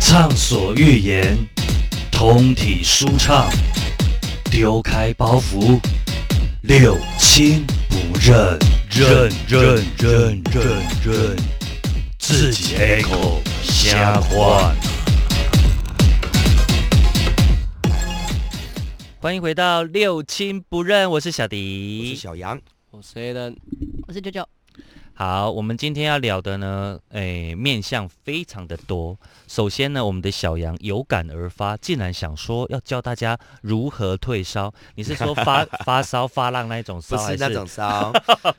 畅所欲言，通体舒畅，丢开包袱，六亲不认，认认认认认，自己 A 口瞎换。欢迎回到六亲不认，我是小我是迪。小杨，我是 a l 我是九九，好，我们今天要聊的呢，哎，面向非常的多。首先呢，我们的小杨有感而发，竟然想说要教大家如何退烧。你是说 发发烧发浪那一种烧，不还是是那 种烧，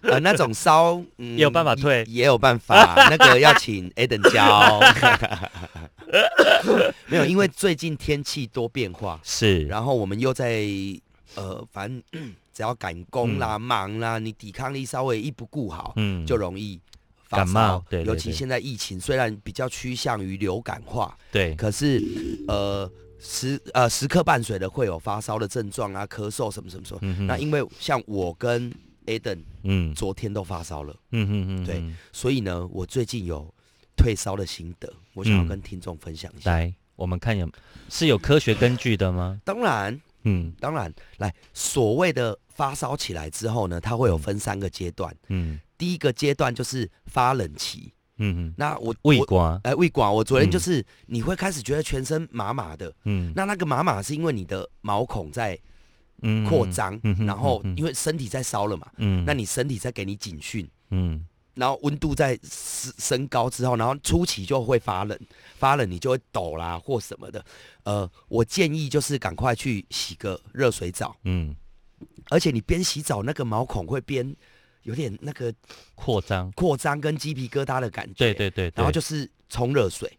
呃，那种烧，嗯，也有办法退也也有办法， 那个要请 Eden 教。没有，因为最近天气多变化，是然后我们又在呃，反正 只要赶工啦、忙啦，你抵抗力稍微一不顾好，嗯就容易发感冒烧对对尤其对现在疫情虽然比较趋向于流感化，对可是呃时呃时刻伴随的会有发烧的症状啊、咳嗽什么什么什么。嗯哼那因为像我跟 Aden 嗯昨天都发烧了，嗯嗯嗯对嗯所以呢，我最近有退烧的心得，我想要嗯跟听众分享一下。来，我们看有是有科学根据的吗？当然，嗯当然，来所谓的发烧起来之后呢，它会有分三个阶段。嗯第一个阶段就是发冷期，嗯嗯，那我胃我瓜，哎胃管，我昨天嗯就是你会开始觉得全身麻麻的，嗯那那个麻麻是因为你的毛孔在嗯扩张，嗯哼然后嗯哼因为身体在烧了嘛，嗯那你身体在给你警讯，嗯然后温度在升升高之后，然后初期就会发冷，发冷你就会抖啦或什么的。呃，我建议就是赶快去洗个热水澡，嗯而且你边洗澡那个毛孔会边有点那个扩张，扩张跟鸡皮疙瘩的感觉，对对对，对然后就是冲热水。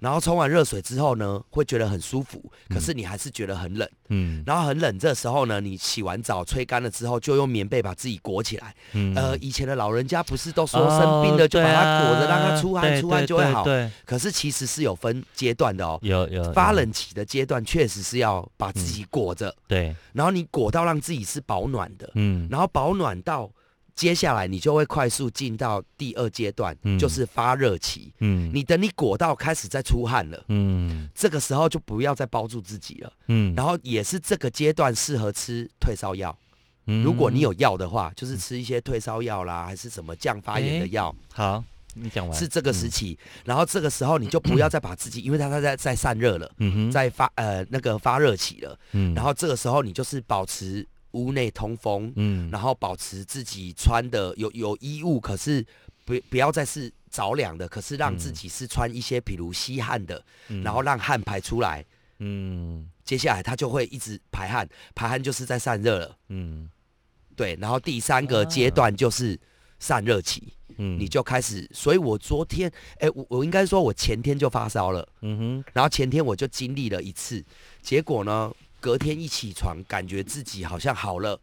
然后冲完热水之后呢，会觉得很舒服，可是你还是觉得很冷。嗯然后很冷，这时候呢，你洗完澡吹干了之后，就用棉被把自己裹起来。嗯哦啊呃，以前的老人家不是都说生病了就把它裹着，让它出汗，出汗就会好。对，可是其实是有分阶段的哦。有有发，冷期的阶段确实是要把自己裹着，对，然后你裹到让自己是保暖的，嗯然后保暖到接下来你就会快速进到第二阶段，嗯就是发热期。嗯你等你裹到开始在出汗了，嗯这个时候就不要再包住自己了。嗯，然后也是这个阶段适合吃退烧药。嗯如果你有药的话，就是吃一些退烧药啦，还是什么降发炎的药，好，你讲完嗯是这个时，期。然后这个时候你就不要再把自己，因为它它在在散热了，嗯哼，在发呃那个发热期了。嗯然后这个时候你就是保持屋内通风，嗯，然后保持自己穿的有有衣物，可是不不要再是着凉的，可是让嗯自己是穿一些比如吸汗的，然后让汗排出来。嗯接下来它就会一直排汗，排汗就是在散热了。嗯对，然后第三个阶段就是散热期，啊嗯，你就开始。所以我昨天，哎、我我应该说，我前天就发烧了，嗯哼，然后前天我就经历了一次，结果呢，隔天一起床，感觉自己好像好了，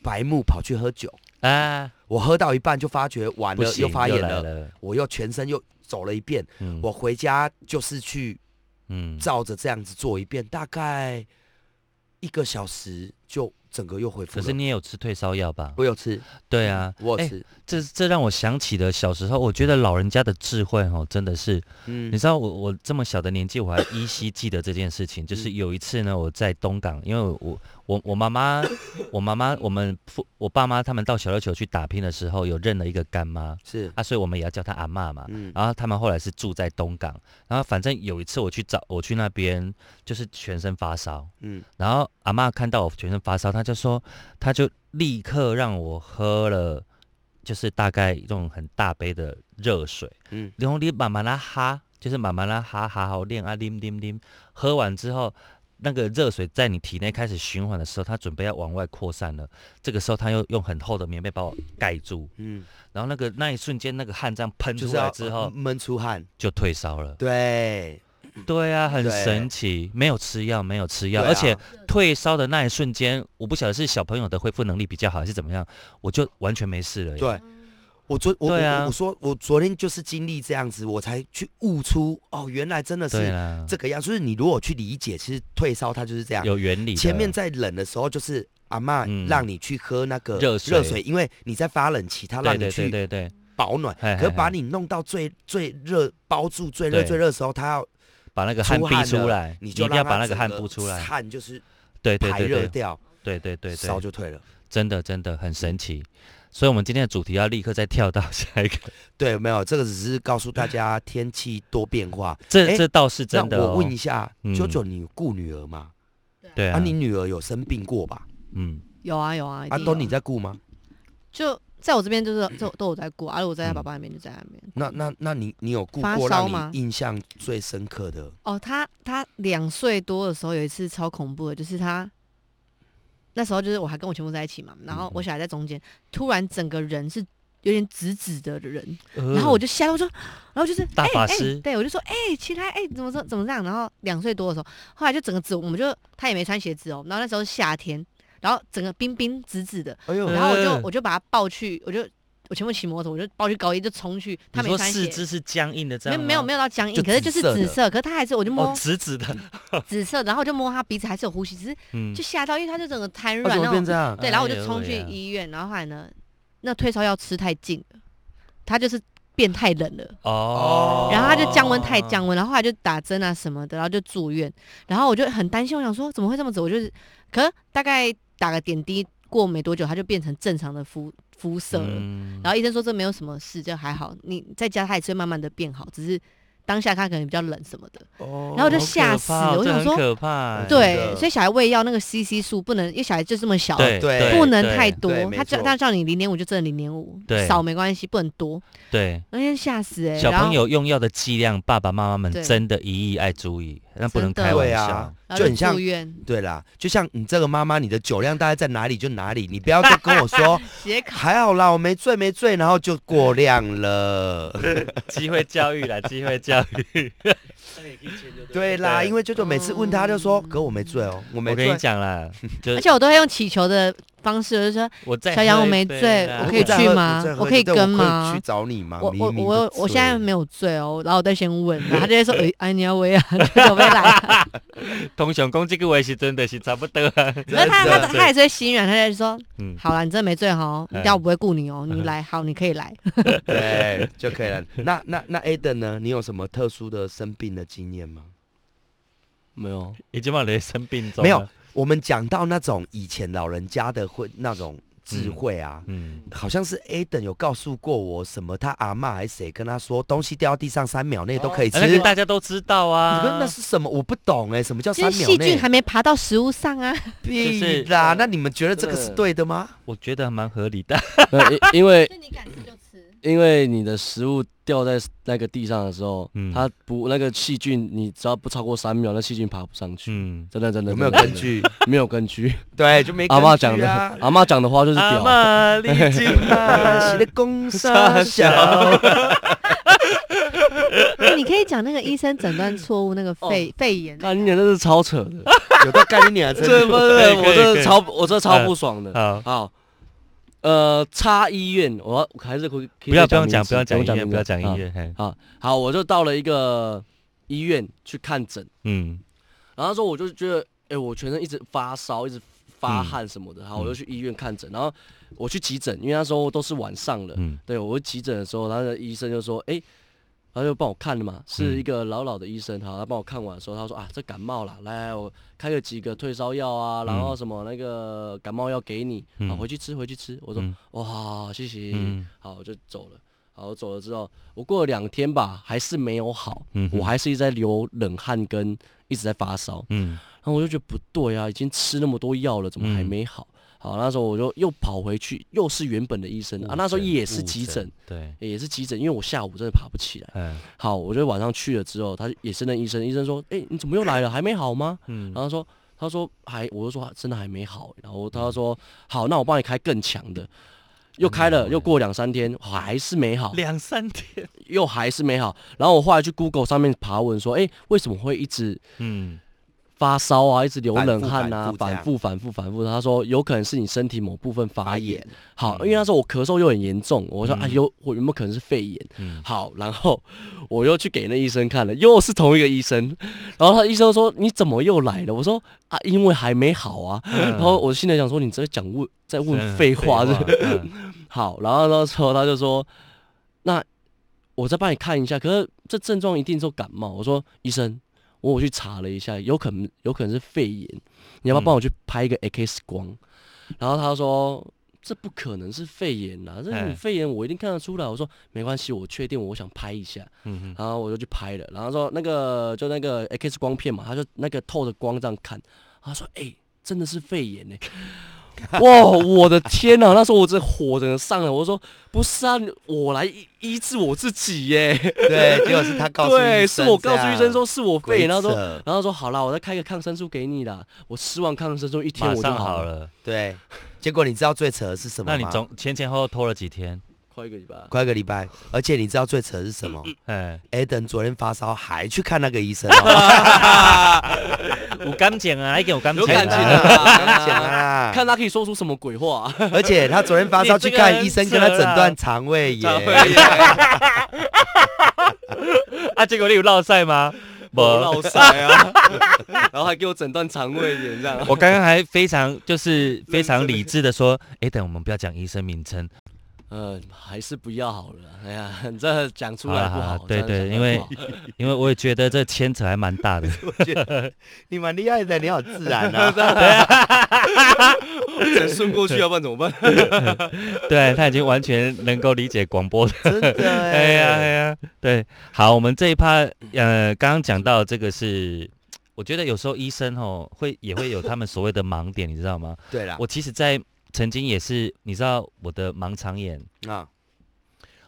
白目跑去喝酒，啊，我喝到一半就发觉完不了，行，发炎了，了，我又全身又走了一遍，嗯我回家就是去嗯照着这样子做一遍，大概一个小时就整个又恢复可了。是你也有吃退烧药吧？我有吃，嗯对啊，我有哎吃，这这让我想起了小时候，我觉得老人家的智慧哦，真的是嗯你知道我我这么小的年纪，我还依稀记得这件事情。嗯就是有一次呢，我在东港，因为我我我妈妈，我妈妈，我们父我爸妈他们到小琉球去打拼的时候，有认了一个干妈是，啊，所以我们也要叫她阿嬷嘛。嗯然后他们后来是住在东港，然后反正有一次我去找我去那边，就是全身发烧，嗯然后阿嬷看到我全身发烧，她就说，她就立刻让我喝了，就是大概这种很大杯的热水。嗯，然后你慢慢拉哈，就是慢慢拉哈哈好练啊，啉啉啉，喝完之后，那个热水在你体内开始循环的时候，它准备要往外扩散了。这个时候，它又用很厚的棉被把我盖住，嗯，然后那个那一瞬间，那个汗这样喷就出是来要之后，闷出汗，就退烧了。对，对啊，很对神奇，没有吃药，没有吃药，对啊而且退烧的那一瞬间，我不晓得是小朋友的恢复能力比较好，还是怎么样，我就完全没事了耶。对。啊我昨我我对啊我我说我昨天就是经历这样子，我才去悟出哦，原来真的对啊是啦，这个样。就是你如果去理解，其实退烧它就是这样。有原理的。前面在冷的时候，就是阿嬷嗯让你去喝那个热水热水，因为你在发冷期，它对让对你对去对对，保暖。嘿嘿可是把嘿你弄到最最热、包住最热、对最热的时候，它要把那个汗出逼汗出了来，你你就一定要让把那它个整汗个逼出来。汗就是对对排对热对掉，对对对对，烧就退了。真的真的很神奇。所以，我们今天的主题要立刻再跳到下一 个，对，没有，这个只是告诉大家天气多变化。这诶这倒是那 真的我哦。问一下，嗯九九，你顾女儿吗？对啊，啊，你女儿有生病过吧？嗯，有啊有啊，一啊，定都有你在顾吗？就在我这边就是都都我在顾，而、啊、我嗯在他爸爸那边就在那边。那那那你你有顾发过烧吗让你印象最深刻的？哦，他他两岁多的时候有一次超恐怖的，就是他那时候就是我还跟我全部在一起嗯嘛，然后我小孩在中间，突然整个人是有点紫紫的人，嗯然后我就就吓到我说，然后就是大哎法哎师对我就说哎、其他哎、怎么说怎么这样，然后两岁多的时候，后来就整个紫，我们就他也没穿鞋子哦，然后那时候是夏天，然后整个冰冰紫紫的，哎呦然后我就嗯我就把他抱去，我就我全部骑摩托，我就抱去高一就冲去，他没你说穿四鞋。肢是僵硬的这没有样吗，没有没有到僵就硬，可是就是紫色紫的色，可是他还是我就摸哦，直直的，紫色，然后我就摸他鼻子，还是有呼吸，只是嗯哦就，吓到，因为他就整个瘫为什软哦么变那种。这样？对，然后我就哎冲呦去喂啊医院，然后后来呢，那退烧药吃太近了，他就是变太冷了，哦，然后他就降温太降温，然后后来就打针啊什么的，然后就住院，然后我就很担心，我想说怎么会这么子？我就是，可是大概打个点滴过没多久，他就变成正常的肤肤色了。嗯然后医生说这没有什么事，就还好。你在家他也是会慢慢的变好，只是当下他可能比较冷什么的。哦然后我就好可吓死怕哦了我这想很说可怕，欸哎真对，的所以小孩喂药那个 CC 数不能，因为小孩就这么小，对对不能太对多对。没他叫错他叫你零点五就真的零点五对，少没关系，不能多。对。那天吓死哎、欸，小然后朋友用药的剂量，爸爸妈妈们对真的一意爱注意，那不能真的开玩对笑啊。，然就后很就像住。院对啦，就像你这个妈妈，你的酒量大概在哪里就哪里，你不要再跟我说写考。还好啦，我没醉没醉，然后就过量了。机会教育啦，机会教育。对啦，因为舅舅每次问他就说：“哥，我没醉哦，我没我醉。跟你讲 啦，就而且我都会用祈求的方式，我就说我在小杨我没醉我可以去吗我我可以跟吗去找啊你吗？我我明明我就我现在醉没有醉哦，然后我再先问，然后他就会 说哎哎你要喂啊， 准备来啊， 通常攻击个位是真的是差不多啊。然后他真他的他也是会心软，他就说嗯，哎好啦，你真的没醉哈，嗯但我不会顾你哦，你来好你可以来， 对就可以了。那那那 Aden 呢？你有什么特殊的生病的经验吗？没有，已经把雷生病中没有了，我们讲到那种以前老人家的会那种智慧啊，嗯，好像是 Aden 有告诉过我什么，他阿嬷还是谁跟他说，东西掉到地上三秒内都可以哦吃。啊那个大家都知道你们啊那。是什么？我不懂哎、什么叫就三是秒细内菌？还没爬到食物上 啊，屁是啦！那你们觉得这个对是对的吗？我觉得还蛮合理的。 没有因因为就你敢吃就吃。因为你的食物掉在那个地上的时候，嗯它不那个细菌，你只要不超过三秒，那细菌爬不上去。嗯，真的真的有没有真的根 据？没有 根据。对，啊就没啊阿妈妈讲的，阿妈讲的话就是阿屌。玛丽金啊，啊你的公杀小，哎你可以讲那个医生诊断错误那个肺肺炎那个干你娘，这是超扯的，有到概念啊，真 这的。不可以是可我以这可以嗯是超我这超不爽的。好，好，呃，差医院，我要我还是可以可以不要再不用讲，名字不要讲不音用乐，不要讲音。乐。嘿好，好好，我就到了一个医院去看诊，嗯然后那时候我就觉得，哎，我全身一直发烧，一直嗯发汗什么的。好，我就去医院看诊，然后我去急诊，因为那时候都是晚上了。嗯对我急诊的时候，然后那医生就说，哎、他就帮我看了嘛，是嗯一个老老的医生，好，他帮我看完的时候，他说啊，这感冒了，来我开个几个退烧药啊，然后什么那个感冒药给你，嗯好，回去吃，回去吃。我说、嗯哇，谢谢，嗯好，我就走了。好，我走了之后，我过了两天吧，还是没有好，嗯哼我还是一直在流冷汗跟一直在发烧，嗯然后我就觉得不对啊，已经吃那么多药了，怎么还嗯没好？好，那时候我就又跑回去，又是原本的医生啊，那时候也是急诊，，对，也是急诊，因为我下午真的爬不起来。嗯好，我就晚上去了之后，他也是那医生，医生说：“哎、你怎么又来了？还没好吗？”嗯然后他说：“他说还，我就说真的还没好。”然后他说：“好，那我帮你开更强的。”又开了，又过两三天还是没好，两三天，又还是没好。然后我后来去 Google 上面爬文说：“哎、为什么会一直嗯发烧啊，一直流冷汗啊，反反复复反复反复。他说有可能是你身体某部分发炎。，好，嗯因为那时候我咳嗽又很严重，我说、啊嗯有我有没有可能是肺炎？嗯，好，然后我又去给那医生看了，又是同一个医生。然后他医生说你怎么又来了？我说啊，因为还没好啊。然然后我心里想说你在讲问在问嗯废话是不嗯是？嗯好，然后那时候他就说那我再帮你看一下，可是这症状一定是感冒。我说医生，我我去查了一下，有可能有可能是肺炎，你要不要嗯帮我去拍一个 X 光？然后他说这不可能是肺炎啦，这哎你肺炎我一定看得出来。我说没关系，我确定我想拍一下，嗯哼，然后我就去拍了。然后说那个就那个 X 光片嘛，他就那个透着光这样看，他说哎、真的是肺炎呢、 哇，我的天呐、那时候我这火整个上来，我说不是啊，我来医医治我自己耶、对，结果是他告诉对，医是生，我告诉医生说，是我肺鬼炎，然后说，扯，然后说好啦，我再开个抗生素给你啦。我吃完抗生素一天马我就上好好了，了。对，结果你知道最扯的是什么那吗？你总前前后后拖了几天？快一个礼 拜。快一个礼拜，而且你知道最扯的是什么嗯 哎， ？Eden 昨天发烧还去看那个医生哦，有感情啊，还给我感情有感情 啊。啊！啊看他可以说出什么鬼话、啊而且他昨天发烧你这去个看人医生，跟他诊扯啊断肠胃炎。 啊，结果你有落 赛吗？不，落塞 啊，然后还给我诊断肠胃炎这样。我刚刚还非常就是非常理智的说， 哎，等我们不要讲医生名称，呃，还是不要好了。哎呀，你这讲出来不好好啦好。啦对这样啊对讲因为不好因为我也觉得这牵扯还蛮大的。 你蛮厉害的，你好自然啊！只能顺过去，要不然怎么办？对啊他已经完全能够理解广播的。真的哎哎呀哎呀，对，好，我们这一趴呃，刚刚讲到这个是。我觉得有时候医生吼会也会有他们所谓的盲点，你知道吗？对啦，我其实，在曾经也是，你知道我的盲肠炎，啊，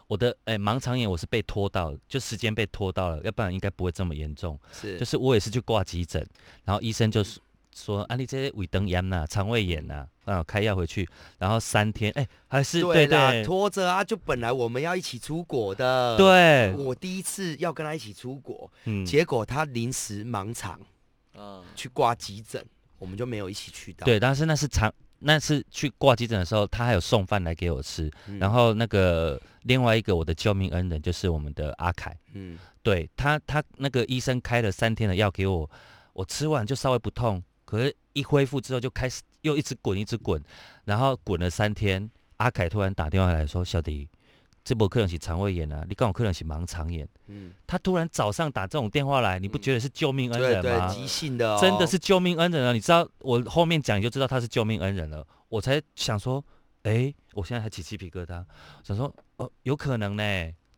我的哎、盲肠炎我是被拖到，就时间被拖到了，要不然应该不会这么严重。是就是我也是去挂急诊，然后医生就是说啊，你这些胃灯炎呐、肠胃炎呐、啊，开药回去，然后三天，哎、还是对对啦，对拖着啊，就本来我们要一起出国的，，对，我第一次要跟他一起出国，嗯，结果他临时盲肠啊，去挂急诊，我们就没有一起去到。对，但是那是肠，那是去挂急诊的时候，他还有送饭来给我吃，嗯，然后那个另外一个我的救命恩人就是我们的阿凯，嗯，对他，他那个医生开了三天的药给我，我吃完就稍微不痛，可是一恢复之后就开始又一直滚，一直滚，然后滚了三天，阿凯突然打电话来说：“小迪，这不可能是肠胃炎啊，你刚好可能是盲肠炎。”嗯，他突然早上打这种电话来，你不觉得是救命恩对人吗对，？急性的哦，真的是救命恩人啊！你知道我后面讲你就知道他是救命恩人了，我才想说，哎、我现在还起鸡皮疙瘩，想说哦，有可能呢。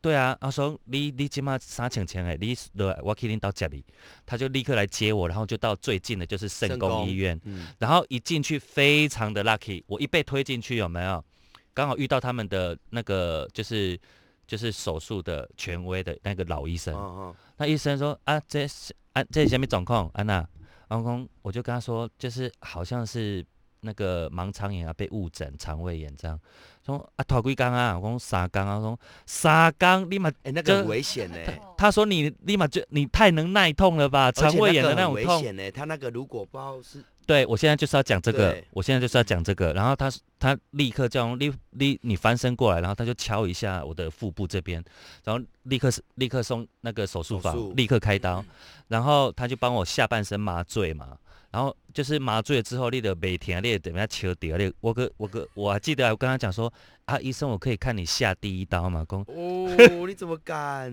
对啊，他说你你今嘛三千钱哎，你落来我去领到家里，他就立刻来接我，然后就到最近的就是圣圣公公医院，嗯，然后一进去非常的 lucky，我一被推进去有没有？刚好遇到他们的那个就是就是手术的权威的那个老医生，嗯嗯，那医生说啊，这是啊这是什么状况？安、娜，然后我就跟他说，就是好像是那个盲肠炎啊，被误诊肠胃炎这样。说啊，头几天啊，我讲三天啊，我讲三天立马。哎，那个很就危险 呢，他说你立马就你太能耐痛了吧，肠胃炎的而且那个很种危痛。险呢，他那个如果不知道 是，对我现在就是要讲这个对，我现在就是要讲这个。然后他他立刻叫我立立你翻身过来，然后他就敲一下我的腹部这边，然后立刻立刻送那个手术手术嗯房，立刻开刀，然后他就帮我下半身麻醉嘛。然后就是麻醉之后，你的每天你等下求底你我跟我跟我还记得我跟他讲说啊，医生，我可以看你下第一刀嘛？公哦，你怎么敢？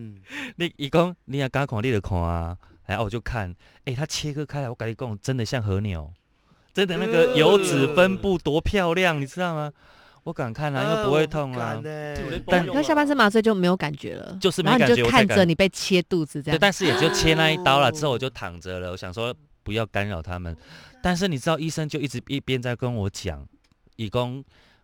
你一公你也敢看，你就看啊。然后我就看，哎、他切割开来，我跟你讲，真的像和牛，真的那个油脂分布多漂亮，你知道吗？我敢看啊，又不会痛啊。但因为下半身麻醉就没有感觉了，就是没然后感你觉就我才看敢着你被切肚子这对，样。但是也就切那一刀了，之后我就躺着了。我想说不要干扰他们，但是你知道医生就一直一边在跟我讲，伊讲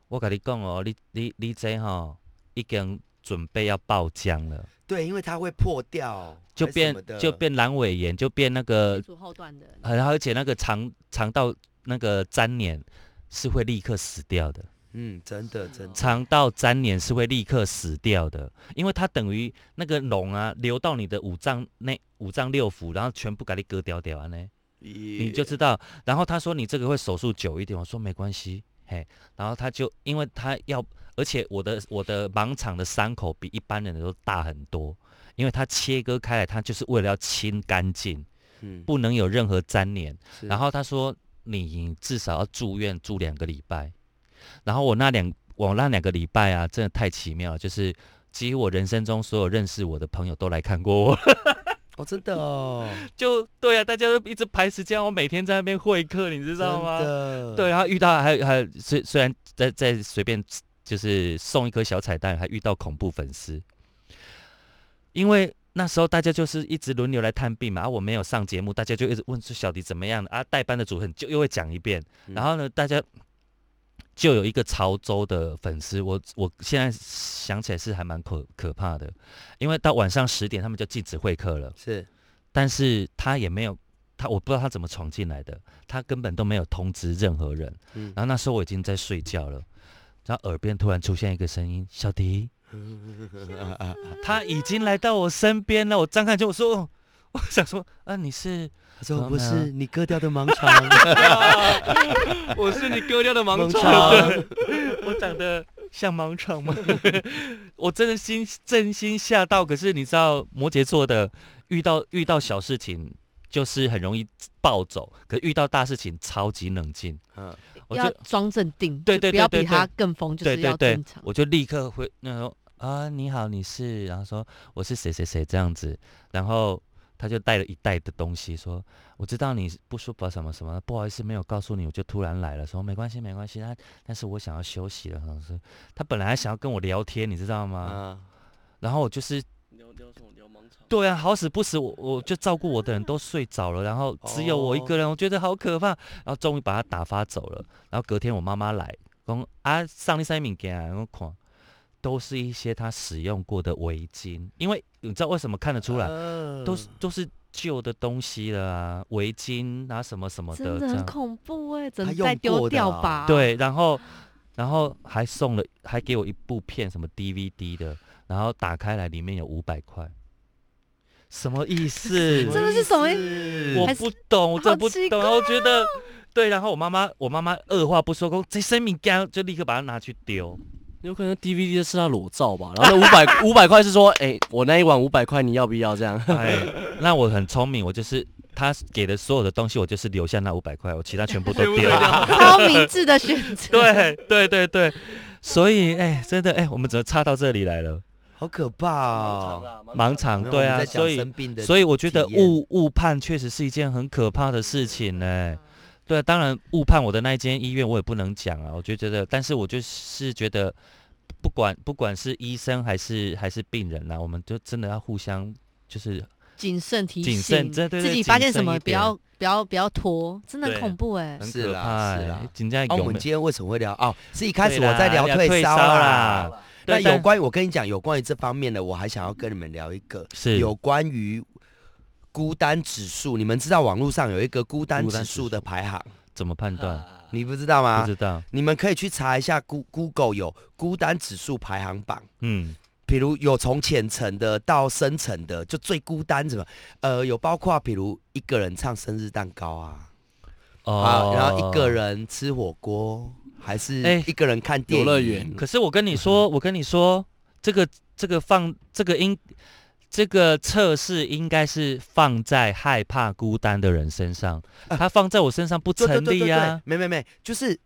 我跟你讲哦，你你你这哈、已经准备要爆浆了，对，因为它会破掉，就还是变什么的就变阑尾炎，就变那个主后段的，呃然后而且那个肠肠道那个粘连是会立刻死掉的，嗯，真的真的，肠道粘连是会立刻死掉的，因为它等于那个脓啊流到你的五脏内五脏六腑，然后全部给你割掉掉啊呢，你你就知道。然后他说你这个会手术久一点，我说没关系，嘿，然后他就因为他要，而且我的我的盲肠的伤口比一般人的都大很多，因为他切割开来，他就是为了要清干净，嗯，不能有任何粘连。是然后他说你至少要住院住两个礼拜。然后我那两我那两个礼拜啊，真的太奇妙了，就是几乎我人生中所有认识我的朋友都来看过我。 哦，真的哦，就对啊，大家都一直排时间，我每天在那边会客， 你知知道吗？？对，啊然后遇到还有还有虽虽然在在随便就是送一颗小彩蛋，还遇到恐怖粉丝，因为那时候大家就是一直轮流来探病嘛，啊，我没有上节目，大家就一直问说小迪怎么样啊，代班的主持人就又会讲一遍，嗯然后呢，大家。就有一个潮州的粉丝，我我现在想起来是还蛮可可怕的，因为到晚上十点他们就禁止会客了，是 但是他也没有他，我不知道他怎么闯进来的，他根本都没有通知任何人。嗯然后那时候我已经在睡觉了，然后耳边突然出现一个声音：“小迪，他已经来到我身边了。”我张开就我说。哦我想说，啊，你是他说然后不呢是你割掉的盲肠，我是你割掉的盲盲肠，肠，我长得像盲肠吗？ 我真的心真心吓到。可是你知道，摩羯座的遇到遇到小事情就是很容易暴走，可遇到大事情超级冷静。嗯我就要装镇定，对就对不对要对比对他更疯，就对是对要对正常。我就立刻回那时候啊，你好，你是，然后说我是谁谁谁这样子，然后他就带了一袋的东西，说我知道你不舒服啊什么什么，不好意思没有告诉你，我就突然来了，说没关系没关系，但但是我想要休息了，好像是他本来还想要跟我聊天，你知道吗？啊，然后我就是聊聊什么聊盲肠？对啊，好死不死我我就照顾我的人都睡着了，然后哦只有我一个人，我觉得好可怕，然后终于把他打发走了，然后隔天我妈妈来。讲啊，上你三物件啊，我看都是一些他使用过的围巾，因为你知道为什么看得出呃来，来嗯都是都是旧的东西了啊，围巾啊什么什么真这的很样。恐怖哎、整他个用再丢过的掉啦吧。，啊对，然后然后还送了，还给我一部片什么 DVD 的，然后打开来里面有五百块，什么意思？这个是什么意思我还是不懂，我真的好不奇懂，然后觉得。对，然后我妈妈，我妈妈二话不说，说这生命干就立刻把它拿去丢。有可能 DVD 是他裸照吧，然后那五百 五百块是说，哎、我那一碗五百块你要不要这样？哎，那我很聪明，我就是他给的所有的东西，我就是留下那五百块，我其他全部都丢了。超明智的选择。 对对对对，所以哎，真的哎，我们怎么差到这里来了？好可怕哦。 啊，盲肠没有对我啊，们在讲所以生病的，所以我觉得体验误误判确实是一件很可怕的事情呢、对啊，当然误判我的那一间医院，我也不能讲啊。我就觉得，但是我就是觉得，不管不管是医生还是还是病人呐、啊我们就真的要互相就是谨慎提醒，谨慎对对对自己谨发现慎什么一不要不要不要拖，真的对很恐怖哎、很是可啦怕、是欸啦。人家啊、有我没们有今天为什么会聊哦？是一开始对我啦在聊要退退烧烧啦啦。那对但有关我跟你讲，有关于这方面的，我还想要跟你们聊一个，是有关于孤单指数。你们知道网络上有一个孤单指数的排行，怎么判断？你不知道不吗？知道。你们可以去查一下 Goo- Google 有孤单指数排行榜。嗯，比如有从浅层的到深层的，就最孤单什么，呃，有包括比如一个人唱生日蛋糕啊，哦啊，然后一个。人吃火锅，还是哎一个人看电影，游乐园可是我跟你嗯说，我跟你说，这个这个放这个应这个测试应该是放在害怕孤单的人身上，啊它放在我身上不对成立啊。对对对对没没没，就是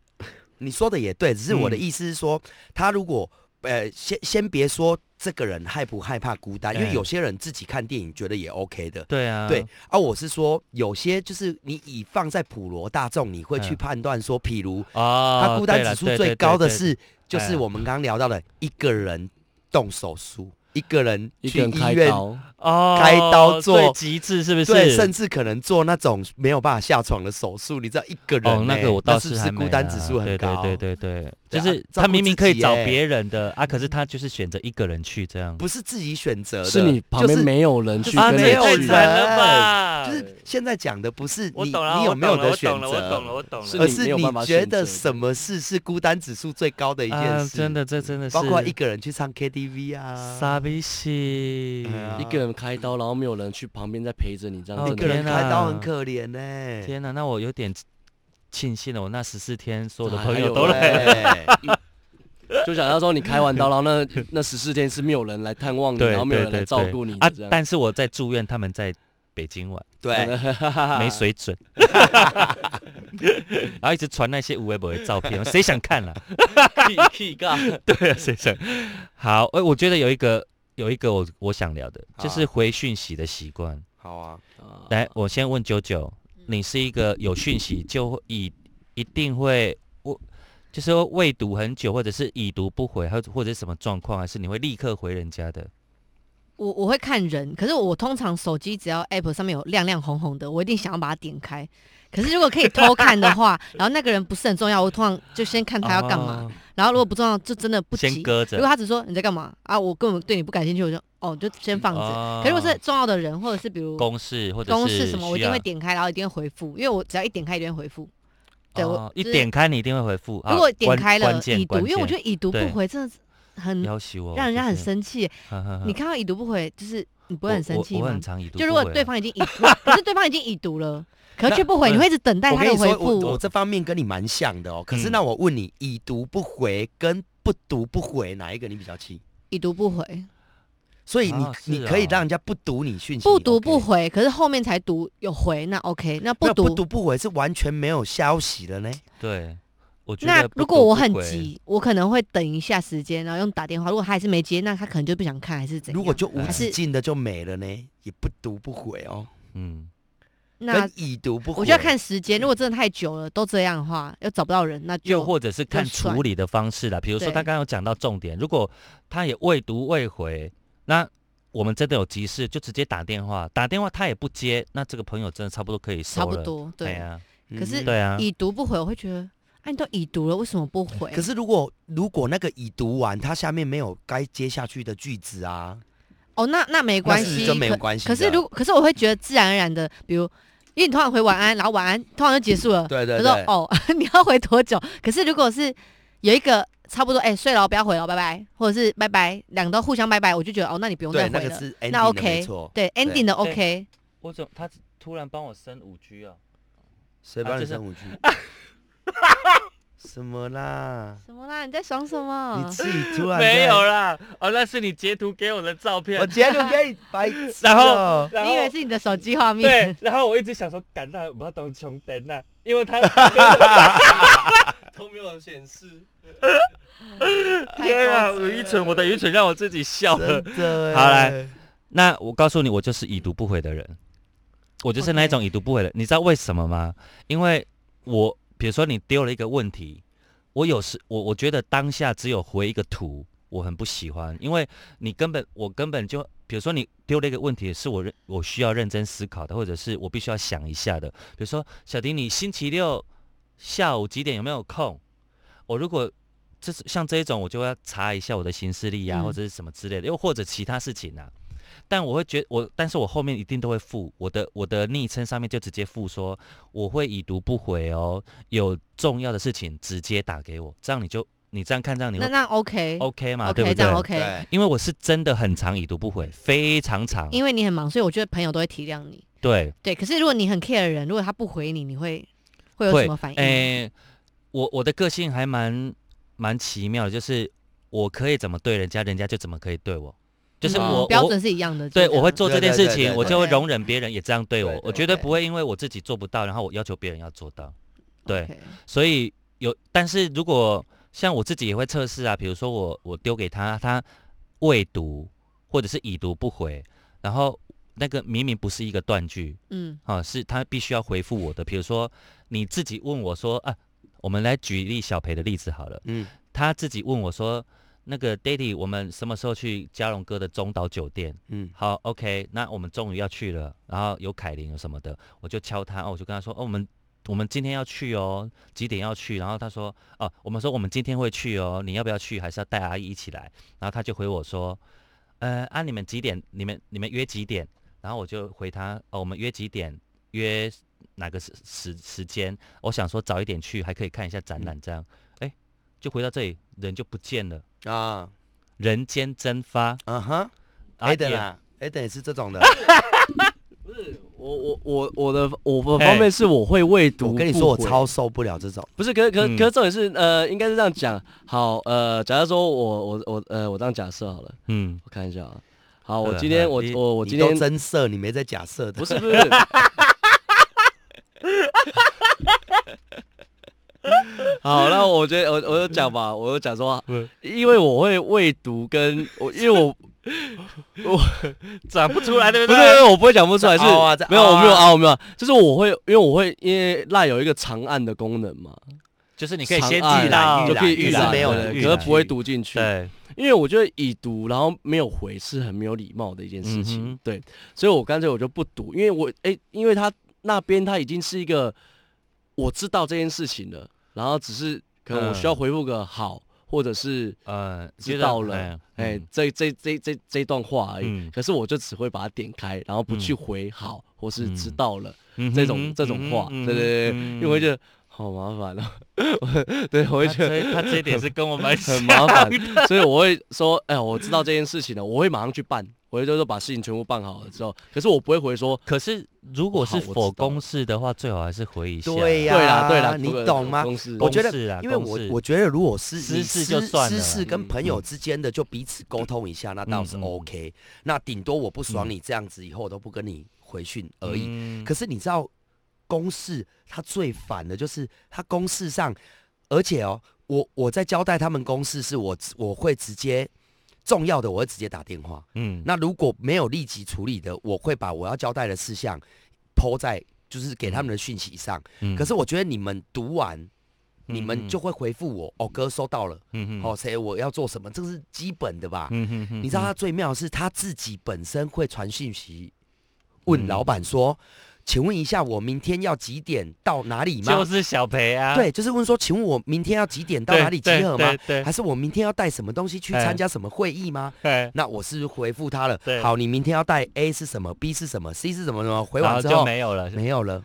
你说的也对，只是嗯我的意思是说，他如果呃，先先别说这个人害不害怕孤单，因为哎有些人自己看电影觉得也 OK 的。对啊，对，啊，我是说，有些就是你以放在普罗大众，你会去嗯判断说，譬如哦，他孤单对指了数最高的，是，就对是哎我们刚刚聊到的一个人动手术，一个人一去个人医开院，刀，对对对哦，开刀做最极致是不是？对，甚至可能做那种没有办法下床的手术，你知道一个人、欸哦，那个我倒是是不还是没孤单啊指数很高？对对对对对对，就啊是照他顾明明自可以己找耶别人的啊，可是他就是选择一个人去这样。不是自己选呃择的，是你旁边、没有人去啊跟你没有去人太惨了吧就是，就是现在讲的不是哎我你懂了，你有没有的我选懂了，我懂了，择，我懂了。是而你没是有你办法觉选得择什么事是孤单指数最高的一件啊，事？真的，这嗯真的是包括一个人去唱 KTV 啊，傻逼戏哎。呀一个人开刀，然后没有人去旁边在陪着你，这样哦真一的个人天开刀啊很可怜呢、啊天哪，那我有点庆幸了，我那十四天所有的哎朋还友有都来。来。就想到说你开完刀，然后那那十四天是没有人来探望你，对然后没有对人来对照顾你对啊这！样。但是我在住院，他们在北京玩， 对，啊哎没水准，然后一直传那些无微博的照片，谁想看啦？屁尬， 对啊，谁想？好，哎，我觉得有一个有一个我我想聊的，好啊就是回讯息的习惯。好啊，啊，来，我先问九九，你是一个有讯息就会已一定会我就是会未读很久，或者是已读不回，还有或者是什么状况，还是你会立刻回人家的？我我会看人，可是我通常手机只要 App 上面有亮亮红红的，我一定想要把它点开。可是如果可以偷看的 话，然后那个人不是很重要，我通常就先看嗯他要干嘛。哦然后如果不重要，就真的不急先。搁如着果，他只说你在干嘛啊，我根本对你不感兴趣，我就哦就先放着。哦可如果是重要的人，或者是比如公事或者公事什么，我一需定要会点开，然后一定会回复，因为我只要一点开一定会回复。对我哦一就是点开你一定会回复。啊如果点关开了关键已读，关因为我键觉得已读对不回真的是很要挟我，让人家很就是生气耶。呵呵呵你看到已读不回，就是你不我会很生气我我吗很？常已读不回就啊，如果对方已经已， 可是对方已经已读了，可是却不回，那你会一直等待我他跟的你回说，我我复。这方面跟你蛮像的哦。可是嗯那我问你，已读不回跟不读不回哪一个你比较气？已读不回，嗯所以你、啊是你可以哦让人家不读你讯息，不你读嗯 OK 不。回，可是后面才读有回，那 OK，那不那读不读不回是完全没有消息的呢。对，我觉那得不如果读我不很回，急，我可能会等一下时间，然后用打电话。如果他还是没接，那他可能就不想看，还是怎样？如果就无还止是境的就没了呢，也不读不回哦。嗯，那跟已读不回，嗯我就要看时间。如果真的太久了，都这样的话，又找不到人，那就又或者是看算处理的方式啦。比如说对他刚刚有讲到重点，如果他也未读未回，那我们真的有急事，就直接打电话，打电话他也不接，那这个朋友真的差不多可以收差不了。多。哎对，嗯呀，嗯可是对啊，已读不回，我会觉得，啊，你都已读了，为什么不回？可是如果如果那个已读完，它下面没有该接下去的句子啊，哦，那那没关那是系，真没有可关系可的。是如可是我会觉得自然而然的，比如因为你通常回晚安，然后晚安通常就结束了。对对我说对，哦， 你要回多久？可是如果是有一个差不多，哎、睡了哦，不要回了哦，拜拜，或者是拜拜，两个都互相拜拜，我就觉得哦，那你不用再对，回那个了。是 ending 那的 OK 没错。对 ending 的对 OK，我怎么他突然帮我升五 G 啊？谁啊帮就你是上五句？ 什么啦？什么啦？你在爽什么你？自己突然没有了，啦，哦，那是你截图给我的照片我，截图给你白痴哦。然后 然你以为后。是你的手机画面对？， 然后我一直想说，感到不要当穷人呐，因为他都没有显示。太天啊，高我级愚蠢，我的愚蠢让我自己笑了。真的哎好来耶，那我告诉你，我就是已读不回的人，我就是那一种已读不回的。你知道为什么吗？因为我比如说你丢了一个问题，我有时我我觉得当下只有回一个图，我很不喜欢，因为你根本我根本就比如说你丢了一个问题，是我认我需要认真思考的，或者是我必须要想一下的。比如说小迪，你星期六下午几点有没有空？我如果这是像这一种，我就要查一下我的行事历啊，嗯或者是什么之类的，又或者其他事情啊。但我会觉我，但是我后面一定都会附我的我的昵称上面就直接附说我会已读不回哦，有重要的事情直接打给我，这样你就你这样看这样你那会那 OK OK 嘛对 OK 不这样对？ OK，对因为我是真的很长已读不回，非常长，因为你很忙，所以我觉得朋友都会体谅你。对对，可是如果你很 care 的人，如果他不回你，你会会有会哎什么反应？诶、我我的个性还蛮蛮奇妙的，就是我可以怎么对人家，人家就怎么可以对我，就是嗯我、标我准是一样的。对，就这样我会做这件事对对对情，对我就会对容忍别人也这样对我对，对我绝对对不会因为我自己做不到，然后我要求别人要做到。对 OK 所以有，但是如果像我自己也会测试啊，比如说我我丢给他，他未读或者是已读不回，然后那个明明不是一个断句嗯，啊，是他必须要回复我的。比如说你自己问我说啊，我们来举例小培的例子好了，嗯，他自己问我说。那个 Daddy，我们什么时候去嘉荣哥的中岛酒店？嗯，好，OK，那我们终于要去了，然后有凯琳有什么的，我就敲他，哦，我就跟他说，哦，我们我们今天要去哦，几点要去？然后他说，哦，我们说我们今天会去哦，你要不要去？还是要带阿姨一起来？然后他就回我说，呃，啊，你们几点？你们你们约几点？然后我就回他，哦，我们约几点？约哪个时时时间？我想说早一点去，还可以看一下展览，这样，哎、就回到这里，人就不见了，啊，人间蒸发。嗯哼啊，Eden 也啊，Eden 也是这种的。啊不是 我我我我的我的方面是我会未读，我跟你说，我超受不了这种。不是，可可嗯可是重点是呃，应该是这样讲。好，呃，假如说我我我呃，我这样假设好了，嗯，我看一下啊。好，对我啊今天对啊我你我我你今都天增色，你没在假设的不。 是不是，好，那嗯 我觉得我我就讲吧，我就讲说，因为我会未读跟我，因为我 长不出来，对不不是，对？不是我不会讲不出来，是在凹啊啊在没有，凹啊我没有凹，我没有凹，就是我会，因为我会，因为赖有一个长按的功能嘛，就是你可以长先按知道，就可以预预览览，没有对的可预是览不会读进去。对，因为我觉得已读然后没有回是很没有礼貌的一件事情，嗯哼对，所以我干脆我就不读，因为我哎、因为他那边他已经是一个我知道这件事情了，然后只是可能我嗯需要回复个好，或者是呃，知道了，哎、嗯这这这这这段话而已，嗯可是我就只会把它点开，然后不去回好、或是知道了、嗯这种哼这种话，嗯哼对对对，嗯因为我会觉得好麻烦哦， 我对我他会觉得这他这一点是跟我们很麻烦，所以我会说，哎、我知道这件事情了，我会马上去办，我会就是把事情全部办好了之后，可是我不会回说，可是，如果好是我知否道公式的话，最好还是回一下。对呀对啦对啦，你这个懂吗公司我觉公事得啊，因为我公事我觉得如果是私你事就算私了事跟嗯朋友之间的就彼此沟通一下，那倒是嗯嗯 OK。那顶多我不爽嗯你这样子，以后都不跟你回讯而已。已可是你知道，公式它最烦的就是它公式上，而且哦，我我在交代他们公式是我直我会直接重要的我会直接打电话。嗯，那如果没有立即处理的，我会把我要交代的事项抛在就是给他们的讯息上。嗯可是我觉得你们读完，你们就嗯会回复我哦，哥收到了，嗯嗯哦，谁我要做什么，这是基本的吧？嗯嗯嗯你知道他最妙的是他自己本身会传讯息问老板说：“嗯请问一下，我明天要几点到哪里吗？”就是小培啊，对，就是问说，请问我明天要几点到哪里集合吗对？对还是我明天要带什么东西去哎参加什么会议吗？对，那我是不是回复他了对。好，你明天要带 A 是什么，B 是什么，C 是什么什么？回然完后之就后没有了，没有了。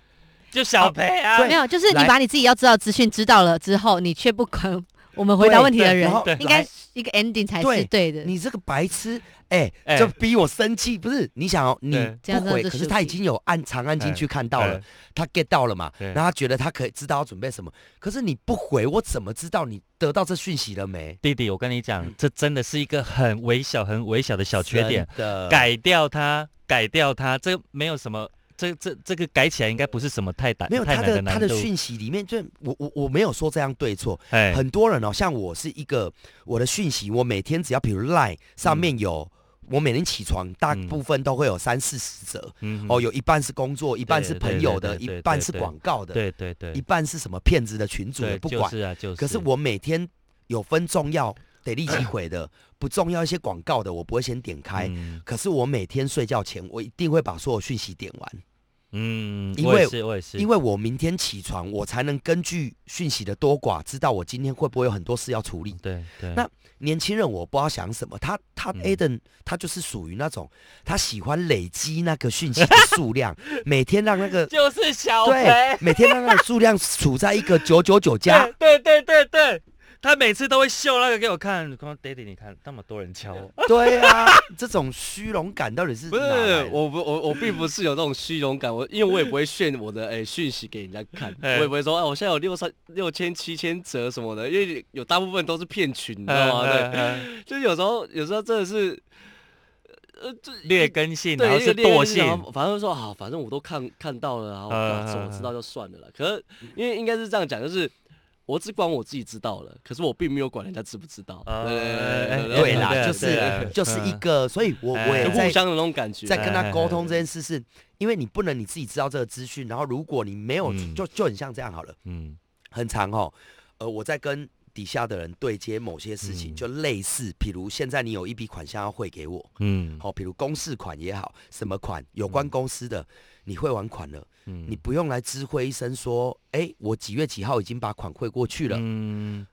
就小培啊，没有，就是你来把你自己要知道的资讯知道了之后，你却不 管我们回答对问题的对人然后，应该来一个 ending 才对是对的。你这个白痴，哎、哎就逼我生气。不是你想、哦，你对这样不回，真的是可是他已 stupid 经有按长按进去看到了哎，他 get 到了嘛，对然后他觉得他可以知道要准备什么。可是你不回，我怎么知道你得到这讯息了没？弟弟，我跟你嗯讲，这真的是一个很微小、很微小的小缺点，真的改掉它，改掉它，这没有什么，这这这个改起来应该不是什么太难，没有太他难的他难的度。讯息里面就，我我我没有说这样对错，哎，很多人哦，像我是一个我的讯息，我每天只要比如 Line 上面有，我每天起床大嗯部分都会有三四十则，嗯哦，，有一半是工作，一半是对朋对友对的，对一对半对是对广告的，对对对一，半是什么骗子的群主的，对不就管。是啊，就是。可是我每天有分重要得立即 回的，不重要一些广告的我不会先点开。嗯可是我每天睡觉前，我一定会把所有讯息点完，嗯，因我也为是，我也是，因为我明天起床，我才能根据讯息的多寡，知道我今天会不会有很多事要处理。对对，那年轻人我不知道想什么，他他嗯 Aden 他就是属于那种他喜欢累积那个讯息的 数量，每天让那个就是小对，每天让那个数量处在一个九九九加。对对对对，他每次都会秀那个给我看，刚刚 Daddy 你看那么多人 敲我，对啊，这种虚荣感到底是不哪来是的，我不我我并不是有那种虚荣感，我因为我也不会炫我的哎讯息给人家看，我哎也不会说哎我现在有六三六千七千折什么的，因为有大部分都是骗群，嗯你知道吗？哎对，对，就是有时候有时候真的是，呃，这劣根性，对然后一是个猎惰人就性想，要反正说啊，反正我都看看到了，然后嗯啊嗯怎么嗯知道就算了啦。可是因为应该是这样讲，就是我只管我自己知道了，可是我并没有管人家知不知道。啊对对哎啦，对就啊是就是一嗯个，所以我我哎也就在互相的那种感觉。啊在跟他哎沟通这件事，是因为你不能你自己知道这个资讯，然后如果你没有，嗯就就很像这样好了，嗯很长哦。呃，我在跟底下的人对接某些事情，嗯就类似，譬如现在你有一笔款项要汇给我，嗯好，譬如公示款也好，什么款有关公司的，你汇完款了，嗯你不用来知会一声说，哎，我几月几号已经把款汇过去了，嗯，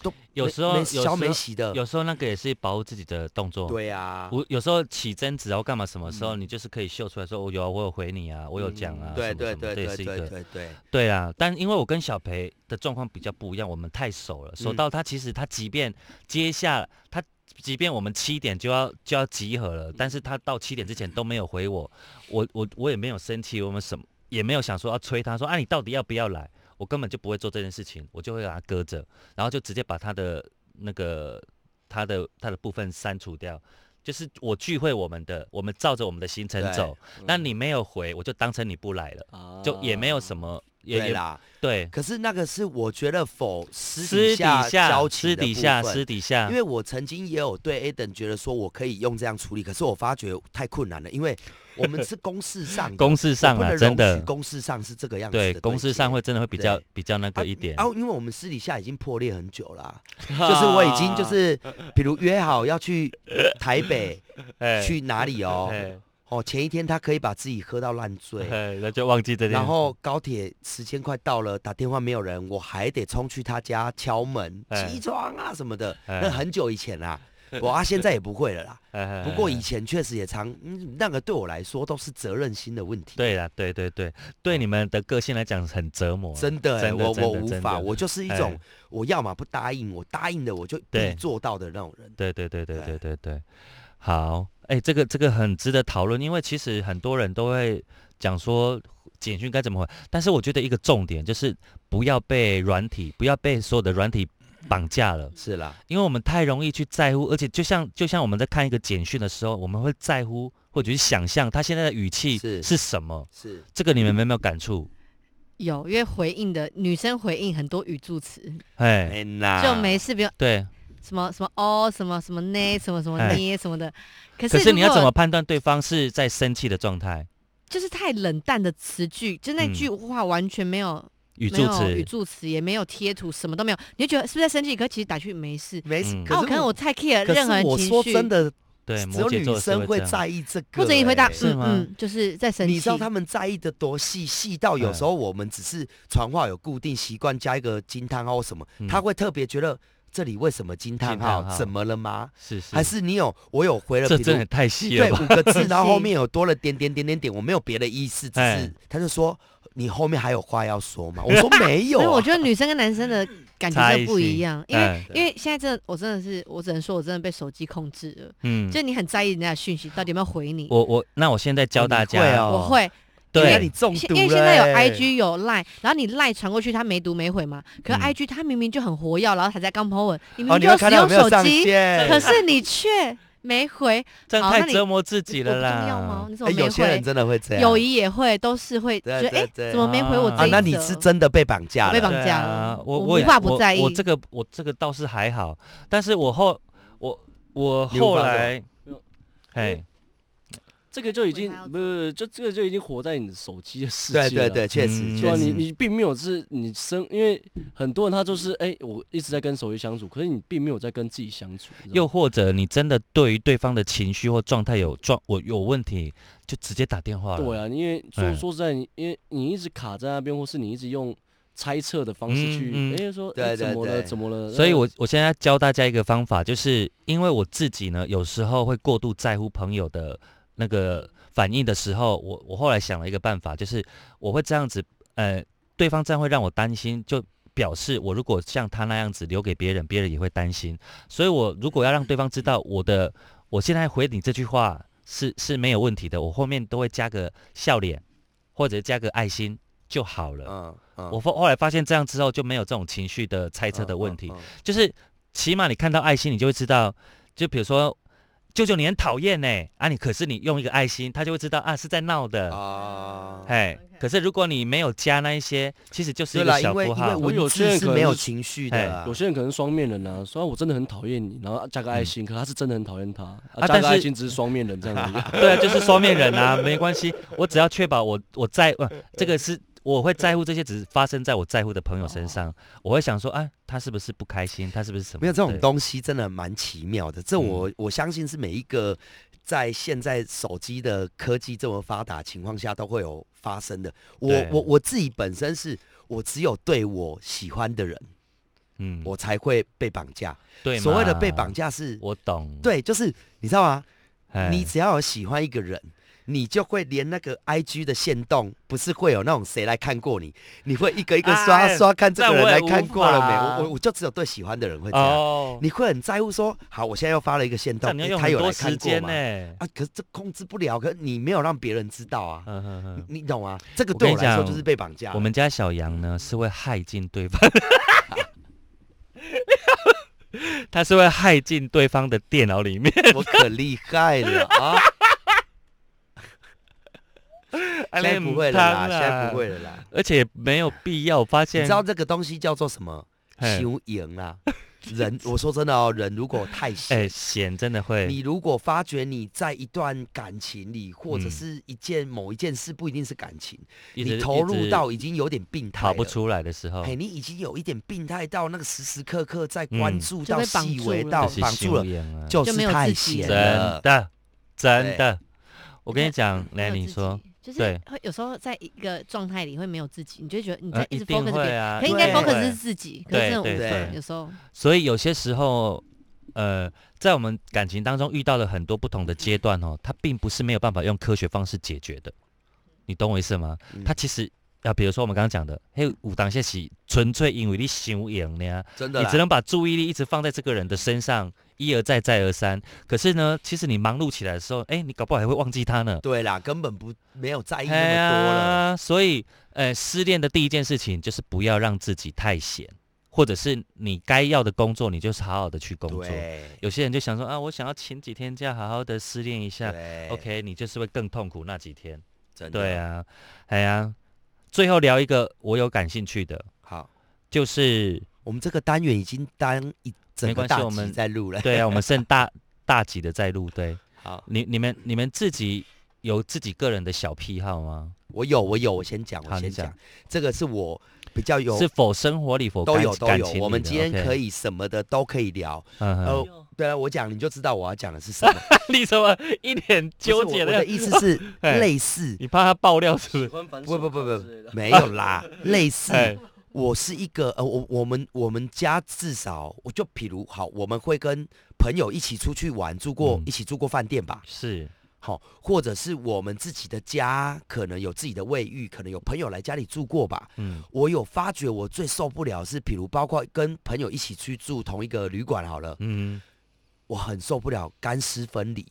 都有没时候没有时消没候息的，有时候那个也是保护自己的动作，。对啊，嗯我有时候起争执啊要干嘛？什么时候你就是可以秀出来说，我有啊，我有回你啊，我有讲啊，对什么对什么对这也对是一对个对对。对啊，但因为我跟小培的状况比较不一样，我们太熟了，熟嗯到他其实他即便接下他，即便我们七点就要就要集合了，但是他到七点之前都没有回我，我我我也没有生气，我们什么也没有想说要催他说啊你到底要不要来，我根本就不会做这件事情，我就会把他搁着，然后就直接把他的那个他的他的部分删除掉。就是我聚会我们的，我们照着我们的行程对嗯哦走。那你没有回，我就当成你不来了。啊就也没有什么也对也啦。对，可是那个是我觉得否私私底下交下情私的底部下分私底下，因，为我曾经也有对 Aden 觉得说我可以用这样处理，可是我发觉太困难了，因为我们是公事上 的公事上我不啊，能真容的许公事上是这个样子的对对接，公事上会真的会比较对比较那个一点啊，因为我们私底下已经破裂很久 了啊、就是我已经就是，比如约好要去 台北哎去哪里哦，哎哦，前一天他可以把自己喝到烂 醉，哎那就忘记这件事，然后高铁时间快到了，打电话没有人，我还得冲去他家敲门，哎起床啊什么的。哎那很久以前 啦，我啊现在也不会了啦。哎哎不过哎以前确实也常，嗯，那个对我来说都是责任心的问题。，对啦，对对对，对你们的个性来讲很折磨啊，真的欸，真的我真我的无真法，的我就是一种哎我要么不答应，我答应的我就必对做到的那种人。对对对对对对对对，好，哎、这个这个很值得讨论，因为其实很多人都会讲说简讯该怎么回，但是我觉得一个重点就是不要被软体，不要被所有的软体绑架了，是啦，因为我们太容易去在乎，而且就像就像我们在看一个简讯的时候，我们会在乎或者是想象他现在的语气是是什么，是这个你们有没有感触？有，因为回应的女生回应很多语助词，哎、哎呐，就没事，比如对，什么什么哦，什么什么呢，什么什么哎呢，什么的。可可是是你要如怎果么判断对方是在生气的状态？就是太冷淡的词句，就那嗯句话完全没有语助没有词，语助词，也没有贴图，什么都没有，你就觉得是不是在生气？可其实打去没事。没事嗯。哦，可可是能我太 care 可任何是我人情说绪，真的，对，只摩有羯座女的是生会会这样在意这个，或者你回答哎是嗯吗嗯，就是在生气。你知道他们在意的多细，细到嗯有时候我们只是传话有固定习惯加一个惊叹号或什么，嗯他会特别觉得这里为什么惊叹惊叹号？号怎么了吗？是是，还是你有我有回了，这比真如的太细对了吧？五个 字，然后后面有多了点点点点点，我没有别的意思，只哎是他就说你后面还有话要说 吗？我说没有所以我啊，觉得女生跟男生的感觉差真异的不性一样，因为、哎因为现在真的，我真的是，我只能说我真的被手机控制了，嗯，就你很在意人家的讯息到底有没有回你。我我那我现在教大哦你会家，哦我会，你啊看对你中现毒了、因为现在有哎 IG 有 Line，然后你 Line 传过去，他没读没回嘛。可是嗯 IG 他明明就很活跃，然后还在刚 po 文，你明哦，明你就会使看到有用没有手上机，线？可是你却没 回，这样好那太你折磨自我己不了重要吗啦？。你怎哎么没有些人回？真的会这样，友谊也会，都是会觉对得对哎，对怎么没回我啊这一则？那你是真的被绑架我被了绑。对架啊了，我我我无也法不在我意这个我这个倒是还好，但是我后我我你无后法来没有，嘿，这个就已经我还要不是，就这个就已经活在你手机的世界对了。对对，确嗯实对确啊，实你，你并没有是你生，因为很多人他就是哎、我一直在跟手机相处，可是你并没有在跟自己相处。你知道又吗或者你真的对于对方的情绪或状态有状我有问题，就直接打电话了。对啊，因为说哎说实在，你因为你一直卡在那边，或是你一直用猜测的方式去，哎、嗯嗯说对哎对怎么了对怎么了，所以那我，我现在要教大家一个方法，就是因为我自己呢，有时候会过度在乎朋友的那个反应的时候，我我后来想了一个办法，就是我会这样子，呃，对方这样会让我担心，就表示我如果像他那样子留给别人，别人也会担心。所以我如果要让对方知道我的，我现在回你这句话是是没有问题的，我后面都会加个笑脸或者加个爱心就好了。嗯，嗯我后后来发现这样之后就没有这种情绪的猜测的问题，嗯嗯嗯就是起码你看到爱心，你就会知道，就比如说舅舅你很讨厌呢，啊你可是你用一个爱心，他就会知道啊是在闹的，啊，哎、可是如果你没有加那一些，其实就是一对个啦，小因为符因号为。有文些人字是可能没有是情绪哎的啊有，些人可能双面人啊，虽然我真的很讨厌你，然后加个爱心，可是他是真的很讨厌他，啊啊、加但个爱是心只是双面人这样子。 对啊，就是双面人啊， 没关系，我只要确保我我在、 呃这个是我会在乎这些，只是发生在我在乎的朋友身上，我会想说，哎、他是不是不开心，他是不是什么？哦没有这种对嗯东西真的蛮奇妙的。这我我相信是每一个在现在手机的科技这么发达情况下都会有发生的。我对我我自己本身是我只有对我喜欢的人，嗯，我才会被绑架。对所谓的被嘛绑，架是，我懂，，对，就是你知道吗？你哎只要有喜欢一个人，你就会连那个 I G 的限动，不是会有那种谁来看过你，你会一个 一个刷、哎刷看这个人那我也来看过了没？无法我我我就只有对喜欢的人会这样，哦，你会很在乎说，好，我现在又发了一个限这动样，你要用诶他很有多来时看过间吗呢、？啊，可是这控制不了，可是你没有让别人知道啊，嗯嗯嗯。你你懂吗？这个我对跟我你来说讲就是被绑架了。我们家小羊呢是会害进对方， 他是会害进对方的电脑里面。 我可厉害了啊！ 现在不会了 啦，现在不，会了啦。啊而且没有必要。我发你现，知道这个东西叫做什么？嘿修营啦。 人，我说真的哦，人如果太闲哎，咸真的会，你如果发觉你在一段感情里，或者嗯是一件某一件事，不一定是感情，一直嗯你投一入直到已经有点病态逃了，不出来的时候，嘿，你已经有一点病态到那个时时刻刻在关嗯注就到、被绑细住微了到这是绑住了修，养啊就就是没有太自己闲真了了。的真对的。我跟你讲，来没有你自说，己，就是对会有时候在一个状态里会没有自己，你就觉得你呃在一直定 focus 别会人，啊，可应一该定 focus 会是自己，可是真的无对对分，对有时候所以有些时候，呃，在我们感情当中遇到了很多不同的阶段哦，它并不是没有办法用科学方式解决的，你懂我意思吗？嗯它其实啊，比如说我们刚刚讲的，嘿，武当些是纯粹因为你想赢呢，真的你啦，只能把注意力一直放在这个人的身上，一而再，再而三。可是呢，其实你忙碌起来的时候，哎，你搞不好还会忘记他呢。对啦，根本不没有在意那哎么多了。呀所以，呃，失恋的第一件事情就是不要让自己太闲，或者是你该要的工作，你就是好好的去工作。对，有些人就想说啊，我想要请几天假，好好的失恋一下。对 OK，你就是会更痛苦那几天。真的对，啊，哎呀，最后聊一个我有感兴趣的，好，就是我们这个单元已经当一整没个关系大我集们在录了。对啊，我们剩大 大几的在录。对，好，你你们你们自己有自己个人的小癖好吗？我有，我有，我先讲，好我你先讲讲，这个是我比较有是否生活里否都感有都感有情，里我们的今天，OK 可以什么的都可以聊。嗯哼呃，对啊，我讲你就知道我要讲的是什么。不是你怎么一脸 纠我结我的哎的样意子？思是 嘿类似，你怕他爆料是不喜是？欢反不手不不铐不之类的，没有啦，类似。哎，我是一个呃，我我们我们家至少我就譬如好，我们会跟朋友一起出去玩，住过、嗯一起住过饭店吧，是，好，或者是我们自己的家可能有自己的卫浴，可能有朋友来家里住过吧。嗯我有发觉我最受不了是，譬如包括跟朋友一起去住同一个旅馆好了，嗯，我很受不了干湿分离，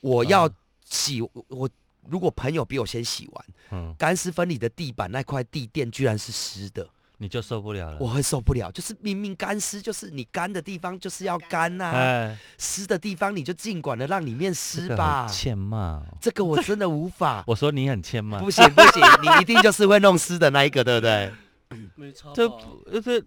我要洗、我我如果朋友比我先洗完，嗯，干湿分离的地板那块地垫居然是湿的。你就受不了了。我会受不了，就是明明干湿，就是你干的地方就是要干呐、哎，湿的地方你就尽管的让里面 这湿个吧很。欠骂哦。这个我真的无法，我说你很欠骂，不行不行，你一定就是会弄湿的那一个，对不对？没差这吧不这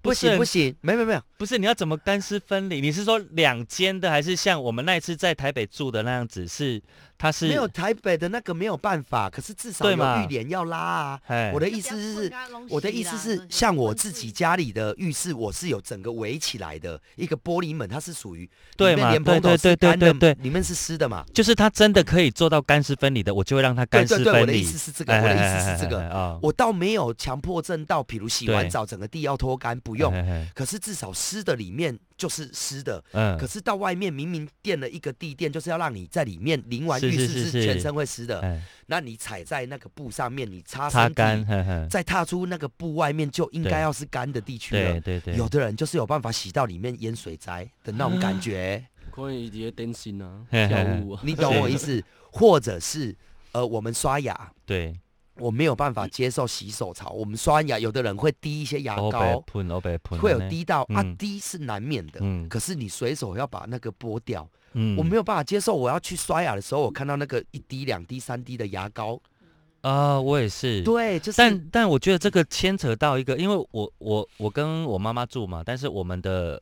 不行是不行，没有没有没有，不是你要怎么干湿分离？你是说两间的，还是像我们那一次在台北住的那样子？是它是没有台北的那个没有办法，可是至少对有嘛浴帘要拉啊。哎我的就意不思要混是跟。他东我的西意思啦是嗯，像我混自己是家里的浴室，我是有整个围起来的一个玻璃门，它是属于对里面嘛连蓬对头对对是干的对对里面是湿的嘛。就是它真的可以做到干湿分离的，我就会让它对干湿对分离。哎对，我的意思是这个，我的意思是这个。啊，我倒没有强迫症到，比如洗完对哎澡整个地要拖干，不不用。可是至少湿的里面就是湿的，嗯可是到外面明明垫了一个地垫，就是要让你在里面淋完是浴是室是是是全身会湿的。哎那你踩在那个布上面，你擦擦身体干，嘿嘿再踏出那个布外面就应该对要是干的地区对了。对对，有的人就是有办法洗到里面淹水灾的那种 感觉，可能伊伫咧担心啊，嘿嘿跳嘿舞啊，你懂我意思？或者是呃，我们刷牙，对，我没有办法接受洗手槽。我们刷完牙，有的人会滴一些牙欧北膏，喷欧北喷，会有，滴到啊嗯，滴是难免的。嗯可是你随手要把那个剥掉，嗯我没有有办法接受。我要去刷牙的时候，我看到那个一滴、两滴、三滴的牙膏，啊，我也是，对，就是但但我觉得这个牵扯到一个，因为我我我跟我妈妈住嘛，但是我们的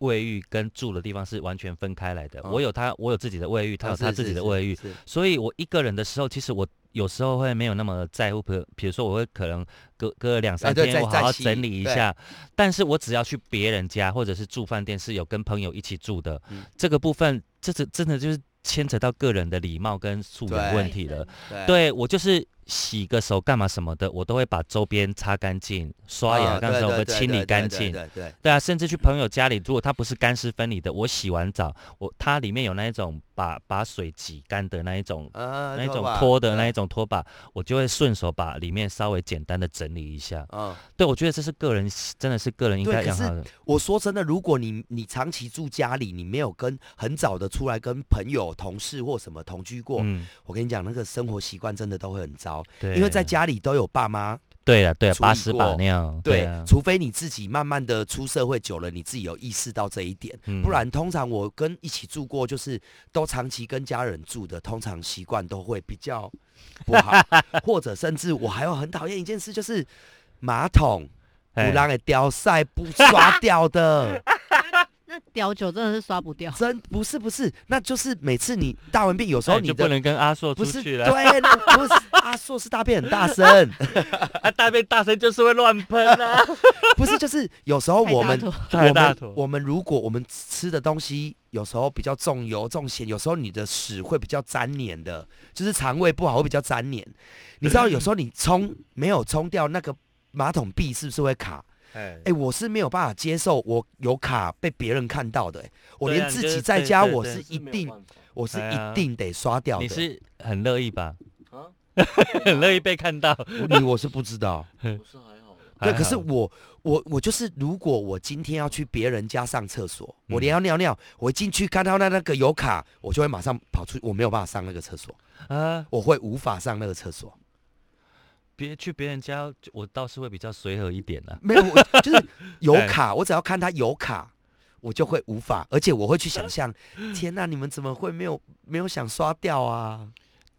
卫浴跟住的地方是完全分开来的。哦我有她，我有自己的卫浴，她有她自己的卫浴，，是是是是所以我一个人的时候，其实我有时候会没有那么在乎，比如比如说我会可能隔隔了两三啊对天，再我好好再洗整理一对下。但是我只要去别人家或者是住饭店，是有跟朋友一起住的，嗯这个部分，这这真的就是牵扯到个人的礼貌跟素养对问题 了。对对我就是洗个手干嘛什么的，我都会把周边擦干净，刷牙啊干什对么的对清对理干对净。对对，对啊，甚至去朋友家里，如果它不是干湿分离的，我洗完澡，我它里面有那一种把把水挤干的那一种，呃那一种拖的那一种拖把，我就会顺手把里面稍微简单的整理一下。嗯，对，我觉得这是个人，真的是个人应对该可养是好的。我说真的，如果你你长期住家里，你没有跟很早的出来跟朋友、同事或什么同居过，嗯，我跟你讲，那个生活习惯真的都会很糟，对，因为在家里都有爸妈对了对了，处理八十把过那样，对，啊，除非你自己慢慢的出社会久了，你自己有意识到这一点，嗯不然通常我跟一起住过，就是都长期跟家人住的，通常习惯都会比较不 好，或者甚至我还有很讨厌一件事，就是马桶不嘿让给掉塞不刷掉 的，那屌酒真的是刷不掉。真不是不是，那就是每次你大完便，有时那候你哎你就不的。能跟阿硕出不是去对，啊了，那不是阿硕是大便很大声， 啊，大便大声就是会乱喷 啊，不是就是有时候太我大 们坨太大啊我们坨，我们如果我们吃的东西有时候比较重油重咸，有时候你的屎会比较粘黏的，就是肠胃不好会比较粘黏。你知道有时候你冲没有冲掉那个马桶壁是不是会卡？哎哎、我是没有办法接受我有卡被别人看到的、哎我对啊连自你就是己在对家对我对是是一定我是哎呀一定得刷掉你的。是很乐意吧？ 啊，很乐意被看到，我你我是不知道。不是还好，对，还可是好我我我就是，如果我今天要去别人家上厕所，我嗯连要尿尿，我一进去看到那那个有卡，我就会马上跑出，我没有办法上那个厕所，啊，我会无法上那个厕所。别去别人家，我倒是会比较随和一点啦。没有，我 就是有哎卡，我只要看他有卡，我就会无法，而且我会去想象，天呐，你们怎么会没有没有想刷掉啊？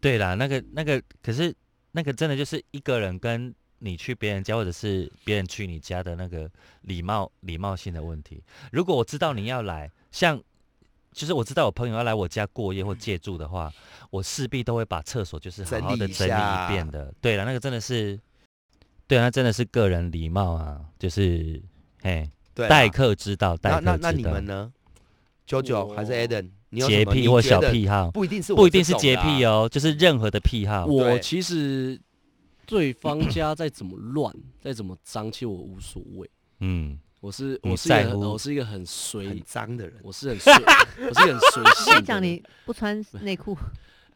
对啦，那个那个，可是那个真的就是一个人跟你去别人家，或者是别人去你家的那个礼貌礼貌性的问题。如果我知道你要来，像就是我知道我朋友要来我家过夜或借住的话，我势必都会把厕所就是好好的整整理一理下一遍的。对了，那个真的是，对啊，那真的是个人礼貌啊，就是嘿，对啊，待客之道，待那客之道。那那你们呢？JoJo 还是我 Eden？你有什洁么癖你或觉小得癖好，不一定是不一定是洁癖哦。哦，就是任何的癖好。我对其实对方家再怎么乱，再怎么脏，其实我无所谓。嗯，我是你我是一个在很乎我是一个很随很，脏的人，我是很随，我是一个很 随你在性的讲人，你不穿内裤，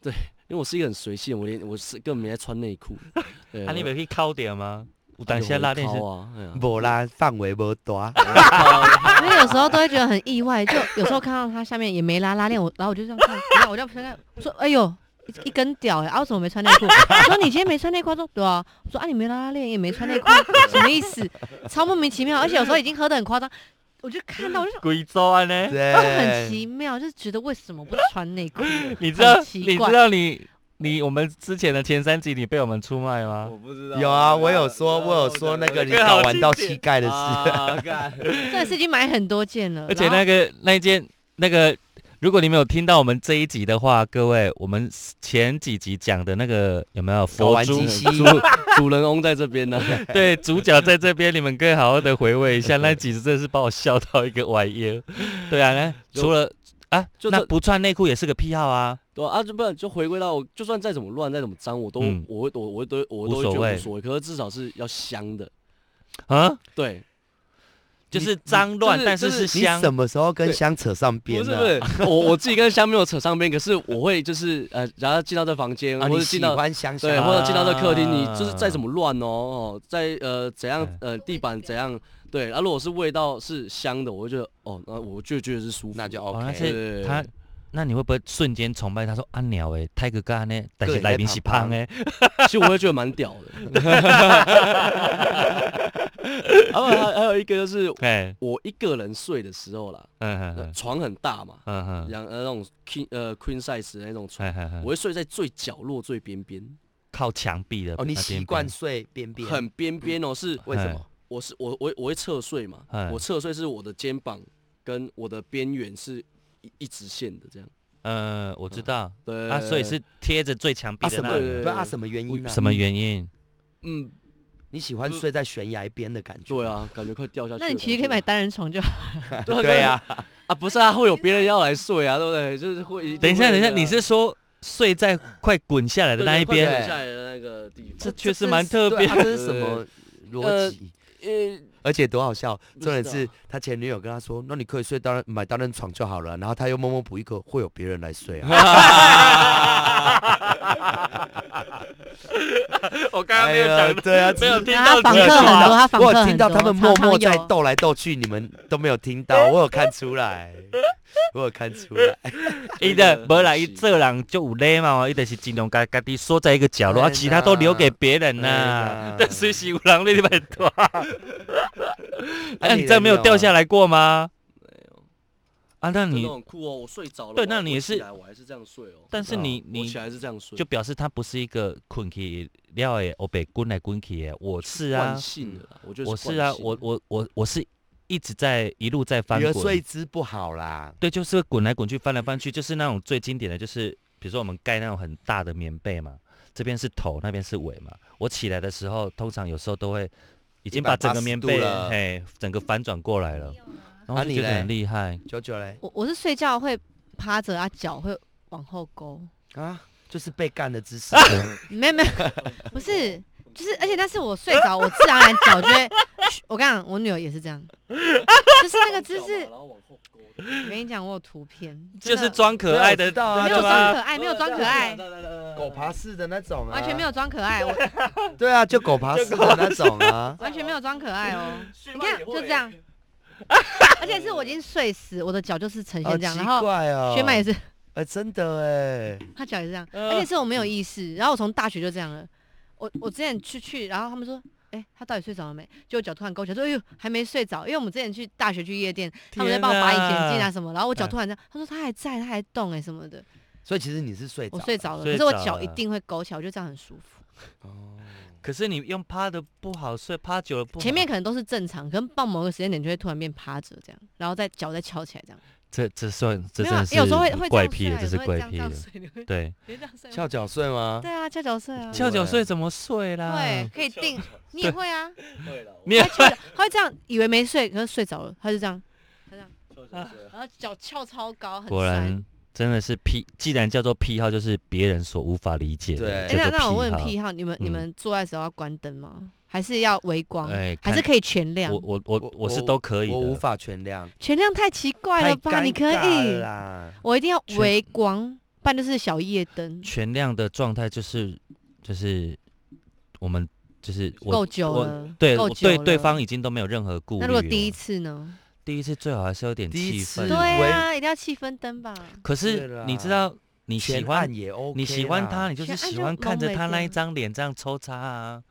因为我是一个很随性，我连我是根本没在穿内裤。对 啊，你我袂去抠点吗？有当有下回拉链是扣啊，哎呀无啦，范围无 大。因为有时候都会觉得很意外，就有时候看到他下面也没拉拉链，我然后我就这样看，然后我就看看，我说哎呦。一一根屌哎、欸，啊，为什么没穿内裤？ 我说你今天没穿内裤，他说对啊。我说啊，你没拉拉链，也没穿内裤，啊什么意思？ 超莫名其妙，而且有时候已经喝得很夸张，我就看到我就想贵州安啊 呢？对，就很奇妙，就是觉得为什么不穿内裤？ 你知道很奇你怪知道你你我们之前的前三集你被我们出卖吗？我不知道有啊，我有说，我有说那个你搞玩到膝盖的事，啊 干真的是已经买很多件了，而且然后那个那一件那个，如果你没有听到我们这一集的话，各位，我们前几集讲的那个有没有搞 佛完珠鸡？西西， 主主人翁在这边呢，对，主角在这边，你们可以好好的回味一下那几集，真的是把我笑到一个歪腰。对啊，那除了啊，就那这不穿内裤也是个癖好啊。对啊，啊就不然就回归到，就算再怎么乱，再怎么脏，我都嗯我会我我都我无都会所觉谓得无所谓，可是至少是要香的，啊，对，就是脏乱，就是但是就是是 你香。什么时候跟香扯上边啊不是呢不？是，我我自己跟香没有扯上边，可是我会就是呃，然后进到这房间，或啊，你者进喜到欢香对，香或者进到这客厅，你啊就是再怎么乱哦，哦，在呃怎样呃地板怎样，对，然后如果是味道是香的，我就觉得哦，那我就觉得是舒服，那就哦，那 OK。是对他，那你会不会瞬间崇拜他说啊鸟诶，泰哥干呢，但是对来宾是胖欸诶，其实我会觉得蛮屌的。然后还还有一个就是 哎，我一个人睡的时候啦，嗯呃嗯床很大嘛，嗯嗯两呃那种 king 呃 queen size 的那种床，嗯，我我会睡在最角落最边边。靠墙壁的哦，那你边习惯睡边边，很边边哦，是为什么？我是我我我会侧睡嘛嗯哎，我侧睡是我的肩膀跟我的边缘是一一直线的这样，嗯，我知道对啊，所以是贴着最墙壁啊的什么？那对对里不是啊什么原因呢？什么原因？嗯你喜欢睡在悬崖边的感觉？对，啊，感觉快掉下去那了。你其实 可以买单人床就好，对啊对啊，啊，不是啊，会有别人要来睡啊，对不对？就是会定等一下，会等一下，的啊你是说睡在快滚下来的对那一快边？滚下来的那个地这方，确实蛮特别呃对啊这是什么逻辑？呃，而且多好笑！不重点知是道他前女友跟他说：“那你可以睡单人买单人床就好了。”然后他又默默补一个：“会有别人来睡啊。” 我刚刚没有想哎呀对啊， 没有听他到访这客个很话多，他访我客有很多，听到他们默默在常常有。斗来斗去，你们都没有听到，我有看出来，我有看出来。伊的无啦，伊这人就有礼貌，伊就是尽量家家己缩在一个角落，啊，哎其他都留给别人呐哎呀。 但随时有人你拜托。哎，啊你这没有掉下来过吗？啊，那真你的很酷哦，我睡着了。对我那你我也起是来我还是这样睡哦。但是你啊我你起来是这样睡，就表示他不是一个困起了诶，我被滚来滚去的。我是啊惯，性的啦，我觉得我惯是啊，性我的我我我是一直在一路在 翻你的滚睡。姿不好啦，对，就是滚来滚去，翻来翻去，就是那种最经典的就是，比如说我们盖那种很大的棉被嘛，这边是头，那边是尾嘛。我起来的时候，通常有时候都会已经把整个180棉度被了哎整个反转过来了，然后啊就你觉得嘞很厉害。九九嘞我我是睡觉会趴着啊，脚会往后勾，啊，就是被干的 姿势。没有没有，不是，就是而且但是我睡着，我自然而然脚就会，我跟你讲，我女儿也是这样，就是那个 姿势然，后往后勾我跟你讲，我有图片，真就的是装可爱的，知道啊没有对就是装吧？可爱，没有装可 爱，狗爬式的那种啊，完全没有。装可爱，我。对啊，就狗爬式的那种啊完全没有装可爱 哦。你你看，就这样。而且是我已经睡死，我的脚就是呈好现这样，奇然后怪哦，学满也是，哎，真的哎，他脚也是这样，呃而且是我没有意识。然后我从大学就这样了，我我之前去去，然后他们说，哎、他到底睡着了没？结果脚突然勾起来，说，哎呦，还没睡着。因为我们之前去大学去夜店，他们在帮我拔以前天镜哪嗯啊什么，然后我脚突然这样，他说他还在，他还动哎、什么的，所以其实你是睡着我了，睡着了，睡可是我着了脚一定会勾起来，我觉得这样很舒服。哦，可是你用趴的不好睡，趴久了不好前面可能都是正常，可能到某个时间点就会突然变趴着这样，然后再脚再翘起来这样。这这算这没真有啊的，是有时候会会怪样癖睡了，啊这有是时候会怪这样癖这了样。睡你会对，你会这样睡吗翘脚睡吗？对啊，翘脚睡啊，翘啊脚对睡怎么睡啦？对，可以定，你也会啊，对了，没有他翘脚，他会这样，以为没睡，可是睡着了，他就这样，啊我翘脚睡然后脚翘超高，很果酸。然真的是癖，既然叫做癖好，就是别人所无法理解的对哎，那叫做那我问好癖好，你们你嗯们做爱的时候要关灯吗？还是要微光？哎还是看可以全亮我？我我我我是我都可以我无的。法全亮，全亮太奇怪太了吧？尴你可尬了以，啦。我一定要全微光，不然就是小夜灯，全亮的状态就是就是我们就是够我久我了，对够我久对了对方已经都没有任何顾虑了。嗯那如果第一次呢？第一次最好还是有点第一气次氛。对是啊，一定要气氛灯吧。可对是啦你知道你你喜欢也 OK，你喜欢他，啦，你就是全暗喜就欢看着浓眉他那一哥张脸这样抽插啊，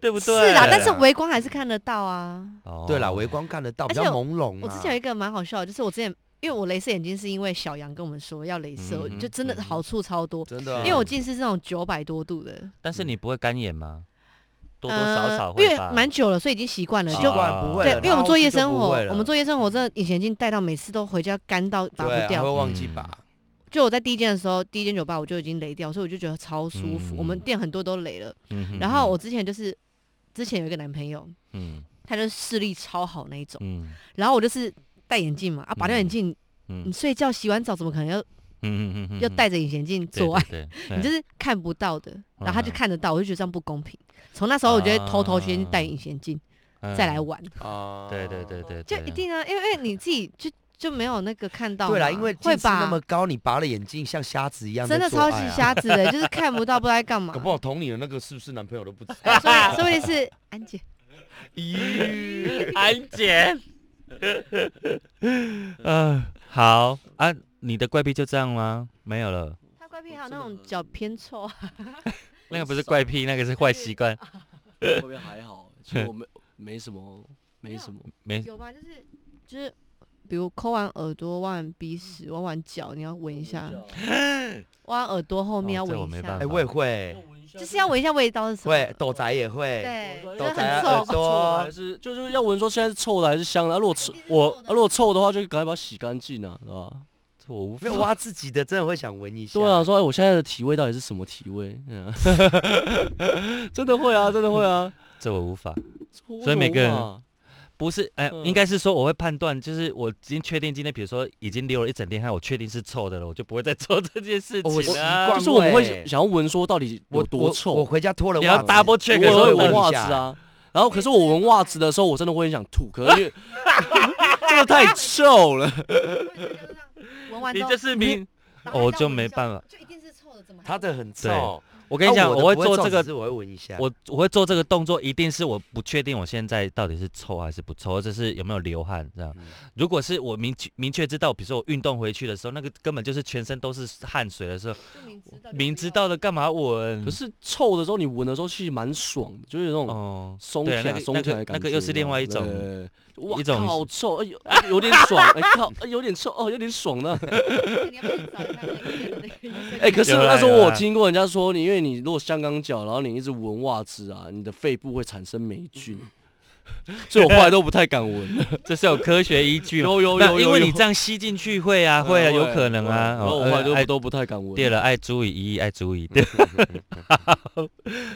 对不对？是啦，但是啊微光还是看得到啊。哦对啦，微光看得到，而比且较我朦胧嘛。我啊之前有一个蛮好笑的，就是我之前因为我镭射眼睛是因为小杨跟我们说要镭射，嗯哼就真的嗯哼好处超多。真的啊，因为我近视是那种九百多度的，但是嗯你不会干眼吗？多多少呃少，因会为吧。蛮久了，所以已经习惯了。习就惯惯不了会对啦，，因为我们做夜然生后就活不会，了我们做夜生活真的隐形眼镜戴到每次都回家干到拔对不啊掉会。忘记嗯拔。就我在第一间的时候，第一间酒吧我就已经雷掉，所以我就觉得超舒服。嗯我们店很多都雷了。嗯哼然后我之前就是之前有一个男朋友，嗯他就是视力超好那一种，嗯然后我就是戴眼镜嘛，啊，拔掉眼镜，嗯你嗯睡觉洗完澡怎么可能要嗯嗯嗯，要戴着隐形眼镜做爱？对，啊 你就是是看不到的，然后他就嗯看得到，我就觉得这样不公平。从那时候，我就会偷偷先去戴嗯隐形眼镜，再来玩，啊对对对对，就嗯对一。定啊，因为因为你自己就就没有那个看到嘛，对啦，因为近会视那吧么，高，你拔了眼镜像瞎子一样在真做爱的超啊，级瞎子的，就是看不到，不知道在干嘛搞。不好捅你的那个是不是男朋友都不知道。哎说不说不定是安姐，咦，安检。嗯，好啊，你的怪癖就这样吗？没有了，她怪癖还有那种脚偏臭啊，那个不是怪癖，那个是坏习惯。啊会不会还好？其实我没没什么，没什么。没，有吗？就是就是，比如抠完耳朵、挖完鼻屎、挖完脚，你要闻一下，挖完耳朵后面要哦这闻我一没下办哎，，我也会，就是要闻一下味道是什么。会斗宅也会，对，我就都说在很耳臭。朵臭啊还是就是要闻说现在是臭的还是香的？啊如果臭我啊如果臭的话，就赶快把它洗干净啊，是吧？我无法没有啊挖自己的，真的会想闻一下。对啊，，说哎我现在的体味到底是什么体味？嗯啊真的会啊，真的会啊。这我无法。所所以每个人不是，哎、嗯应该是说我会判断，就是我已经确定今天，比如说已经溜了一整天汗，我确定是臭的了，我就不会再做这件事哦我情习了、啊惯就是我们会欸想要闻说到底有我多我我臭，回家脱了你要袜子， double check 我的时候会闻我闻一袜子下啊。然后可是我闻袜子的时候，我真的会想吐，可是真的太臭了。闻完你之后就，是明， 哦然后我再就闻一没下办法。就一定是臭的，怎么还他的很臭，我跟你讲，啊我会不做皱这个只是我会闻一下。我我会做这个动作，一定是我不确定我现在到底是抽还是不抽，或者是有没有流汗这样。嗯如果是我明确明确知道，比如说我运动回去的时候，那个根本就是全身都是汗水的时候，呃明啊知道了干嘛闻？可是臭的时候，你闻的时候其实蛮爽的，就是有那种哦，松起对啊那来、个松那起个来的感觉。那个又是另外一种对对对对哇一种好臭，哎呦，哎有点爽，哎靠，哎有点臭，哦，有点爽呢。 哎、可是有啦那时候有啦我听过人家说你，因为你如果香港脚，然后你一直闻袜子啊，你的肺部会产生霉菌，所以我后来都不太敢闻。这是有科学依据吗。有有那有，因为有你这样吸进去会啊，会啊，有可能啊。然后哦我后来呃爱都都不太敢闻。对了，爱注意，爱注意。对 好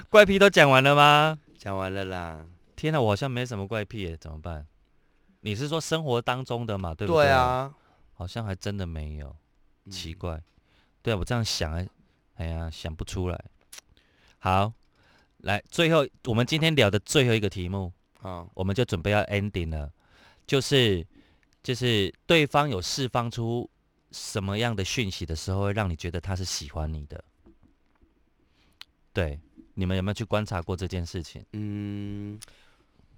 怪癖都讲完了吗？讲完了啦。天哪，我好像没什么怪癖耶，怎么办？你是说生活当中的嘛，对不对对，啊，好像还真的没有，奇怪。对啊，我这样想，哎哎呀，想不出来。好，来，最后我们今天聊的最后一个题目，好，我们就准备要 ending 了，就是就是对方有释放出什么样的讯息的时候，会让你觉得他是喜欢你的。对，你们有没有去观察过这件事情？嗯，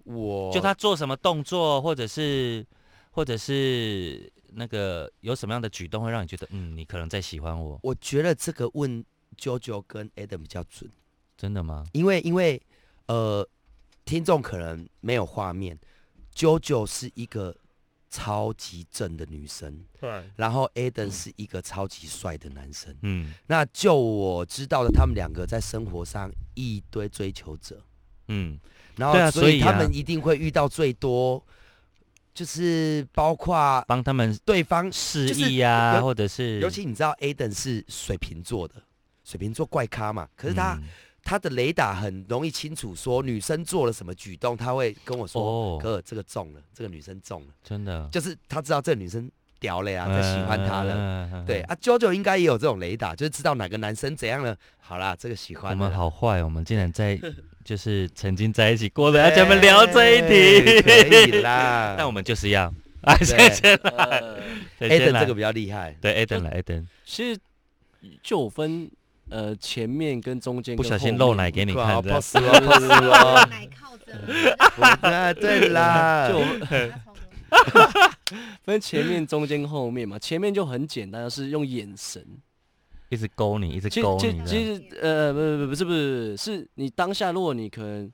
我就他做什么动作，或者是或者是那个有什么样的举动，会让你觉得嗯，你可能在喜欢我？我觉得这个问 JoJo 跟 Adam 比较准，真的吗？因为因为呃，听众可能没有画面，JoJo 是一个超级正的女生，对，然后 Adam 是一个超级帅的男生。嗯那就我知道的，他们两个在生活上一堆追求者，嗯，然后对啊所以所以啊他们一定会遇到最多，就是包括帮他们对方示就是意呀、尤或者是尤其你知道，Aden 是水瓶座的，水瓶座怪咖嘛，可是他、嗯他的雷达很容易清楚，说女生做了什么举动，他会跟我说，哦，哥、这个中了，这个女生中了，真的，就是他知道这个女生屌了嗯呀，在喜欢她了。了对。啊，JoJo 应该也有这种雷达，就是知道哪个男生怎样了。好啦，这个喜我欢了们啦。好坏，我们竟然 在就是曾经在一起过的，而且我们聊这一哎可以题， 啦。但我们就是要啊， 谢对谢啦，呃对先 Aden 来哎这个比较厉害，对 Aden 来 Aden，其实就有分呃前面跟中间，不小心露奶。给你看的， ，pose 哦，pose 哦奶靠着，我啊，对 啦，就分前面、中间、后面 嘛。前面就很简单，是用眼神。一直勾你，一直其实勾，其你实的，其实呃，不不不是不是，是你当下如果你可能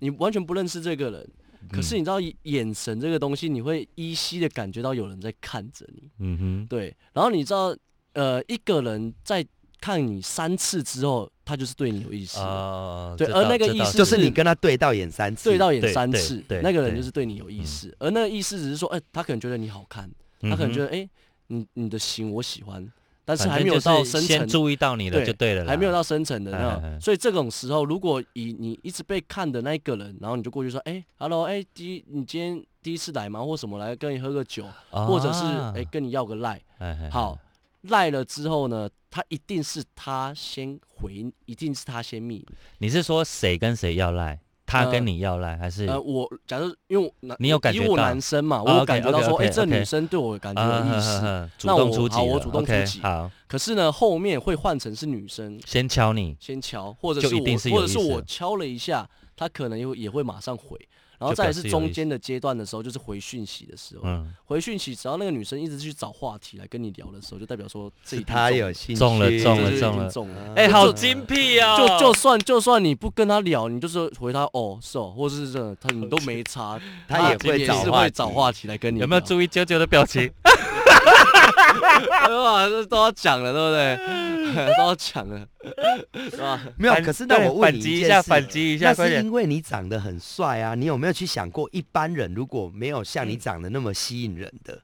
你完全不认识这个人，可是嗯你知道眼神这个东西，你会依稀的感觉到有人在看着你。嗯哼，对，然后你知道呃，一个人在看你三次之后，他就是对你有意思了。啊，对这而倒那个这意倒思就是你跟他对到眼三次，对到眼对三对次，对那个人对就是对你有意思，而那个意思只是说，哎、他可能觉得你好看，嗯他可能哼觉得，哎、你你的型我喜欢，但是反还没正有就是到深先层，注意到你了对就对了啦，还没有到深层的哎那哎哎种，所以这种时候，如果以你一直被看的那一个人，然后你就过去说，哎、h e l l o 哎、第一你今天第一次来吗？或什么来跟你喝个酒，啊，或者是哎、跟你要个赖，哎，哎好，赖了之后呢，他一定是他先回，一定是他先密。你是说谁跟谁要赖，他呃跟你要赖，还是呃，我假如因为我男你有感觉以我到男生嘛，我哦有感觉到说， ，OK，OK，OK，哎，这 OK 女生对我感觉啊有呵意呵思。呵主那动我出击好了，我主动出 OK，击好，可是呢，后面会换成是女生先敲你，先敲，或者就是一定我，是有或者是意思我敲了一下，她可能又也会马上回。然后就再表来示是有意中思间的阶段的时候，就是回讯息的时候，嗯，回讯息，只要那个女生一直去找话题来跟你聊的时候，就代表说这一定他中有兴趣，中了这中就了已中经了中了。哎，呃就好就精辟啊，就就算就算你不跟他聊，你就是回他哦是哦，或是这他你都没 差，他也今会天找是话会题找话题来跟你有没有聊注意啾啾的表情？哎 哇，这都要讲了，对不对？都 要讲了，是吧？没有。反可是那我问反你击一件下，事哎反击一下，那快是点！因为你长得很帅啊，你有没有去想过，一般人如果没有像你长得那么吸引人的，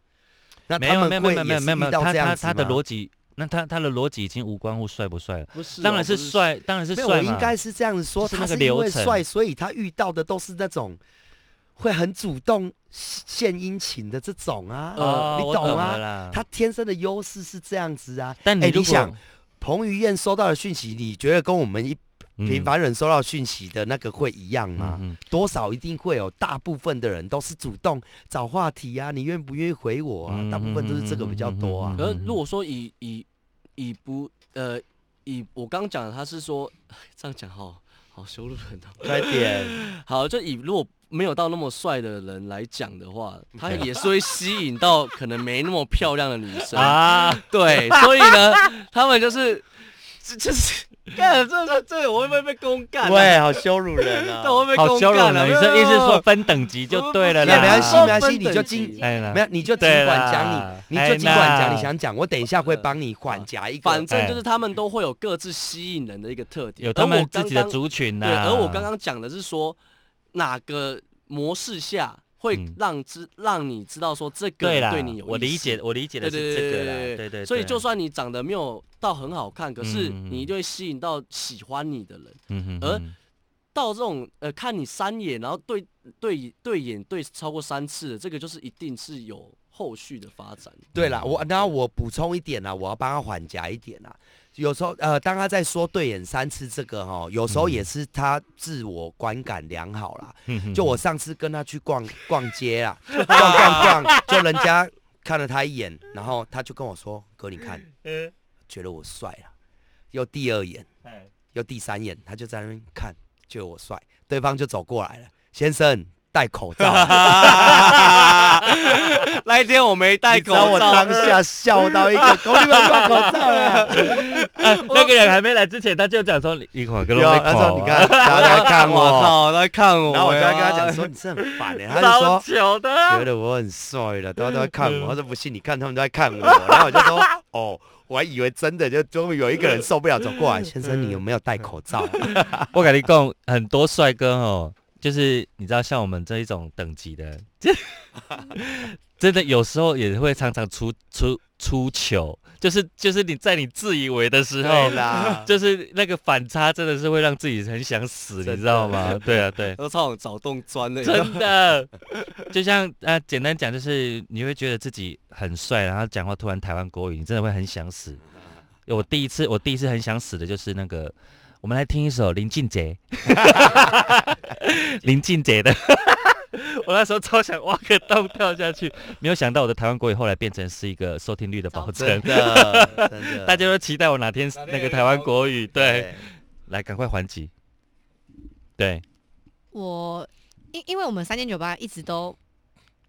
那没他有们没有没会有没也有是没有没遇有，到他这样他子他的吗逻辑，那他他的逻辑已经无关乎帅不帅了，不是哦，当然是不是，帅，当然是没有，帅我应嘛该是这样子说，就是那他个是因为流程帅，所以他遇到的都是那种会很主动献殷勤的这种啊，哦你我懂了啊？啦。他天生的优势是这样子啊。但哎如你想果，彭于晏收到的讯息，你觉得跟我们一嗯平凡人收到讯息的那个会一样吗？嗯嗯多少一定会有，大部分的人都是主动找话题啊，你愿不愿意回我啊？嗯大部分都是这个比较多啊嗯嗯嗯嗯嗯。可是如果说以以以不呃以以我刚刚讲的，他是说哎这样讲好好羞辱人嗯哦。快 点，好，就以如果没有到那么帅的人来讲的话，他也是会吸引到可能没那么漂亮的女生。啊，对，所以呢，他们就是这就是。干这这这，我会不会被公干、啊？喂，好羞辱人 啊！那我会被好公羞干辱啊人！你这意思说分等级就对了没啦，有没关系，没关系，分你等就级尽哎啦没有你就尽对管啦讲你，你哎就尽管讲那你想讲，我等一下会帮你缓夹一个。反正就是他们都会有各自吸引人的一个特点，哎有他而们我刚自己的刚族群呐、对，而我刚刚讲的是说哪个模式下会嗯让知、让你知道说这个对人啦，对你有我意理思解，我理解的是这个啦，对对对，所以就算你长得没有到很好看，可是嗯嗯嗯你一定会吸引到喜欢你的人。嗯哼而哼到这种呃，看你三眼，然后对对对眼对超过三次的，这个就是一定是有后续的发展。对啦，我那我补充一点啦，我要帮他缓夹一点啦。有时候呃，当他在说对眼三次这个哈，有时候也是他自我观感良好啦。嗯哼就我上次跟他去逛逛街 啦，逛逛逛，就人家看了他一眼，然后他就跟我说：“哥，你 看，觉得我帅啊。”又第二眼，又第三眼，他就在那边看，觉得我帅，对方就走过来了，先生戴口罩。啊 那一天我没戴你知道我当下笑到一 个，狗你们戴口罩啊了。 那个人还没来之前，他就讲说你你口跟我有，没 啊哦他说口你看，大家在看我 我，靠，他在看我，然后我就要要跟他讲说你是很烦的，他就超说糗觉 的，啊得我很帅了，大家都在看我，他说不信你看他们都在看我， 然后我就说哦，我还以为真的就终于有一个人受不了走过来，先生你有没有戴口罩？我跟你讲，很多帅哥哦，就是你知道，像我们这一种等级的，真的有时候也会常常出出出糗，就是就是你在你自以为的时候 对。啦，就是那个反差，真的是会让自己很想死，你知道吗？对啊，对，都超想找洞钻的，真的，就像呃，简单讲就是你会觉得自己很帅，然后讲话突然台湾国语，你真的会很想死。我第一次，我第一次很想死的就是那个，我们来听一首林 俊杰，林俊杰的。我那时候超想挖个洞跳下去，没有想到我的台湾国语后来变成是一个收听率的保证 真，的真的，大家都期待我哪天那个台湾国语，对，对来赶快还击，对， 我因因为我们三间酒吧一直都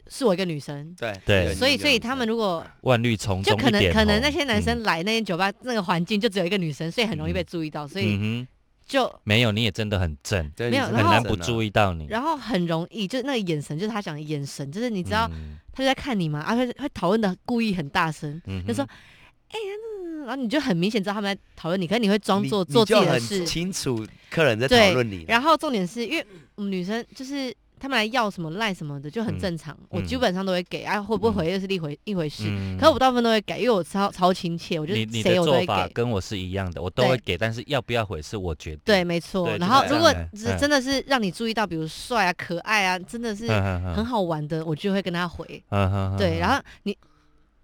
是我一个女生，对对所以所以他们如果万绿丛就中一可能点可能红那些男嗯生来那间酒吧那个环境就只有一个女生，所以很容易被注意到，所嗯以哼。就没有，你也真的很正，对没有你是很然后难不注意，意到你。然后很容易就是那个眼神，就是他讲的眼神，就是你知道嗯，他就在看你嘛，啊会会讨论的故意很大声，嗯哼就说嗯然后你就很明显知道他们在讨论你，可是你会装作你做你自就己的很事，清楚客人在对讨论你，然后重点是因为我们女生就是他们来要什么赖什么的就嗯很正常，我基本上都会给啊，会不会回又是一回、一回事。嗯可我大部分都会给，因为我超超亲切，我觉你得你谁的我都做会法给。跟我是一样的，我都对会给，但是要不要回是我决定。对，没错对。然就是后这如果样的只嗯真的是让你注意到，比如帅啊、可爱啊，真的是嗯，嗯嗯很好玩的，我就会跟他回。嗯嗯嗯对，然后后你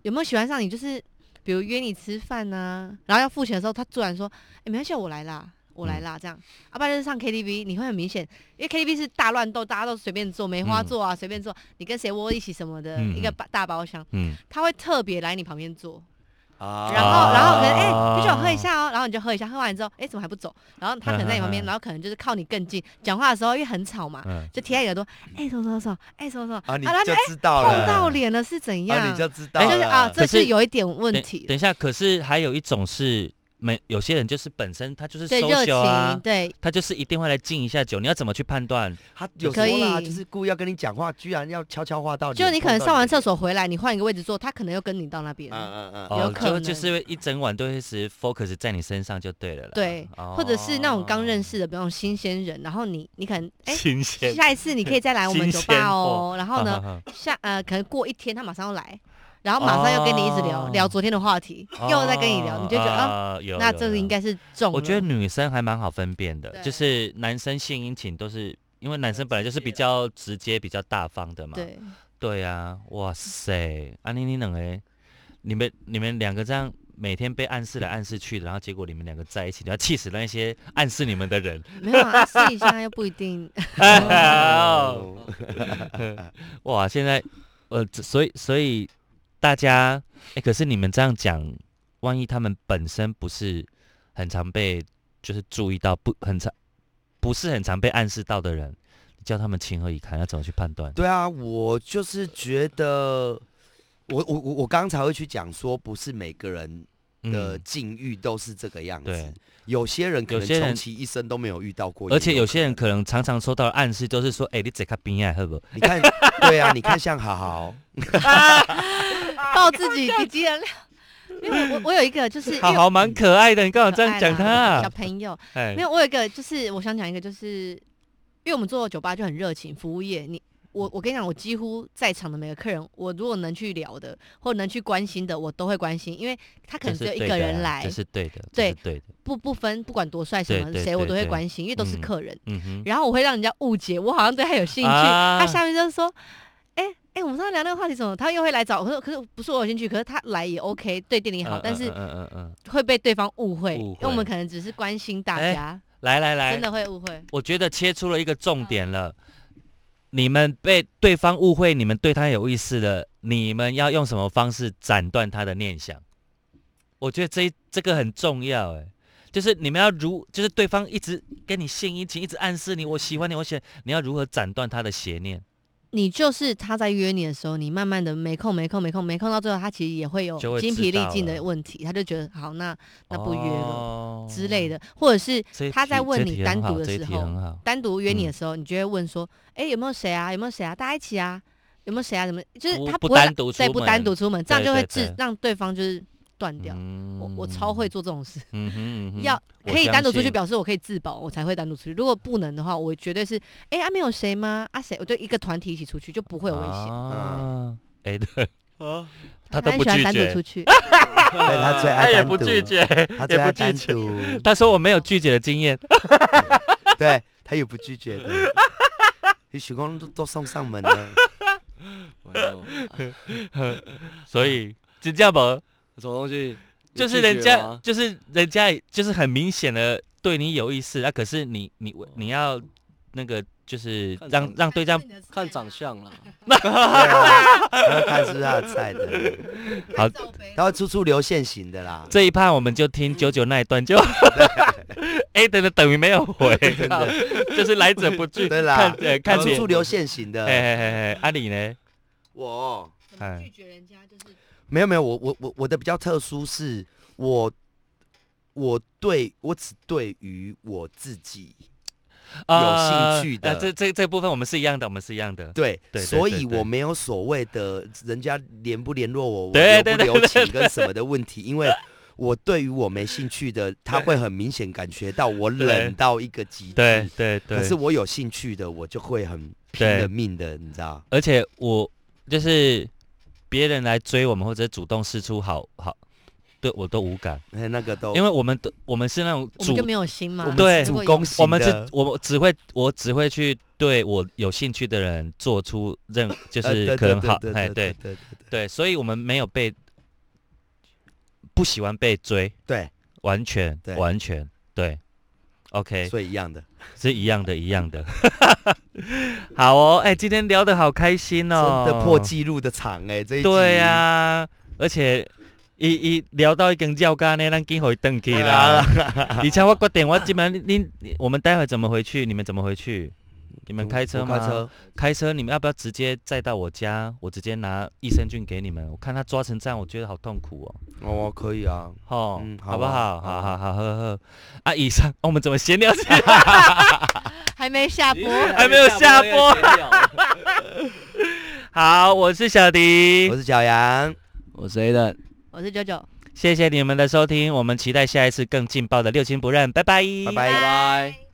有没有喜欢上你？就是比如约你吃饭呐、然后要付钱的时候，他突然说：“哎、没关系，我来啦，我嗯来啦。”这样，要、不然就是上 KTV，你会很明显，因为 KTV 是大乱斗，大家都随便坐，梅花嗯座啊，随便坐，你跟谁窝一起什么的，嗯一个嗯大大包厢，嗯，他会特别来你旁边坐，啊然后，然后可能哎，啊啤酒喝一下哦，然后你就喝一下，喝完之后，哎，怎么还不走？然后他可能在你旁嗯边，然后可能就是靠你更近，讲话的时候因为很吵嘛，嗯就贴在你耳朵，哎，什么什么什么，哎，什么什么，啊你然后就哎知道碰了，到脸了是怎啊样？你就知道哎就是了啊，这可是是有一点问等题等一下，可是还有一种是没有些人就是本身他就是对热 social 啊情，，对，他就是一定会来敬一下酒，你要怎么去判断？他有时可候啦，以就是故意要跟你讲话，居然要悄悄话到你，就你可能上完厕所，所回来，你换一个位置坐，他可能又跟你到那边，嗯嗯嗯，哦有可就能就是会一整晚都会是 focus 在你身上就对了啦。对哦，或者是那种刚认识的，比如那种新鲜人，然后你你 可能哎。新鲜，下一次你可以再来我们新酒鲜吧货哦，然 后呢，呢？下呃，可能过一天他马上要来，然后马上又跟你一直聊、哦聊昨天的话题，又在跟你聊，你就觉得啊，啊，有那有这个有应该是中了。我觉得女生还蛮好分辨的，对就是男生献殷勤都是因为男生本来就是比较直接、比较大方的嘛。对，对啊，哇塞，安妮妮冷哎，你们你们两个这样每天被暗示来暗示去的，然后结果你们两个在一起，你要气死那些暗示你们 的人。没有啊，试一下又不一 定。哦哦哇，现在呃，这所以所以大家哎、可是你们这样讲，万一他们本身不是很常被就是注意到不很常不是很常被暗示到的人，你叫他们情何以堪？要怎么去判断？对啊，我就是觉得，我我我我刚才会去讲说，不是每个人的嗯境遇都是这个样子，对有些人可有能些人穷其一生都没有遇到过，而且有些人可可能常常收到的暗示都是说，哎、你这看冰爱好不好？能你看，对啊，你看像好 好，抱自己已经很。没有，我我有一个，就是因 好为好蛮可爱的，你干嘛这样可爱讲他、啦小啊？朋友。哎没有，我有一个，就是我想讲一个，就是因为我们做酒吧就很热情，服务业，你嗯我我跟你讲，我几乎在场的每个客人，我如果能去聊的，或能去关心的，我都会关心，因为他可这能是只有对一的个人啊来，这是对的，这对是对的，不不分不管多帅什么对对谁，我都对会对关心，因为都是嗯客人。嗯哼，然后我会让人家误解我好像对他有兴趣，啊他下面就说：“哎、哎、我们上次聊那个话题什么？”他又会来找我，可是可是不是我有兴趣，可是他来也 OK，对店里好，嗯但嗯是嗯嗯嗯嗯，会被对方误会，误因为我们会可能只是关心大哎家，来来来，真的会误会。我觉得切出了一个重点了。你们被对方误会，你们对他有意思了，你们要用什么方式斩断他的念想？我觉得这一这个很重要，哎，就是你们要如，就是对方一直跟你献殷勤，一直暗示你我喜欢你，我喜欢你，你要如何斩断他的邪念，你就是他在约你的时候，你慢慢的没空没空没空没空，到最后他其实也会有就会精疲知力道尽的了问题，他就觉得好，那那不约了、哦之类。的，或者是这一他在题问这你题很单独好的这一时题候很好，单独约嗯你的时候，你就会问说，哎、有没有谁啊？有没有谁啊？大家一起啊？有没有谁啊？怎么就是不他不会单独对出不门单独出门，这样对就会对致对让对方就是断掉。我我超会嗯，做这种事，嗯哼嗯哼要我可以相单独出去，信表示我可以自保，我才会单独出去。如果不能的话，我绝对是哎、啊没有谁吗？啊谁？我就一个团体一起出去，就不会有危险。啊，哎，对，啊，他都很不喜欢拒单独绝出，去， 对他啊最爱呃他也单不独拒绝， 他最也爱不单拒绝。独， 他说我没有拒绝的经验，对他也不拒绝的，你许光都都送上 门了，所以就这样吧，什么东西？就是有拒绝人家吗就是人家就是很明显的对你有意思啊，可是你你你要那个就是看让长让对象看长相啦，对啊他要看是不是他的菜的，啊好。他会处处留现行的啦，这一趴我们就听九九那一段就， 哎，等等等于没有回， 真的，就是来者不拒，对啦看呃看他处脸处留现行的哎。哎哎哎，阿里呢？我哎拒绝人家就是没有没有，我我我我的比较特殊是，我我对我只对于我自己啊有兴趣的呃这这这部分我们是一样的，我们是一样的。对，对对所对以对我没有所谓的人家联不联络我，我对留对不对留情跟什么的问题，因为我对于我没兴趣的，他会很明显感觉到我对冷到一个极致。对对对。可是我有兴趣的，我就会很拼对了命的，你知道？而且我就是别人来追我们或者主动示出好好，对我都无感，哎那个都因为我们都我们是那种我主们就没有心嘛我。们对如是主果有攻型的，我们是，我只会我只会去对我有兴趣的人做出任，就呃是对可能对好，对哎，对对对对对，所以我们没有被不喜欢被追，对完全对完全对对， ，OK，所以一样的，是一样的，一样的。 好哦，哎，今天聊得好开心真哦，的破纪录的长哎，这一集对啊呀、而且伊伊聊到一根教干呢，咱今回登去啦。而且我决定，我基本恁我们待会怎么回去？你们怎么回去？你们开车我吗？开车，开车，你们要不要直接载到我家？我直接拿益生菌给你们。我看他抓成这样，我觉得好痛苦哦。哦，可以啊，吼，嗯好不好好？啊好好好啊好，呵呵。啊，以上、哦我们怎么闲聊起来？还没下播，还没有下播还没有下播好，我是小迪我，是小杨，我是 A 的，我是九九，谢谢你们的收听，我们期待下一次更劲爆的六亲不认，拜拜，拜拜拜。拜。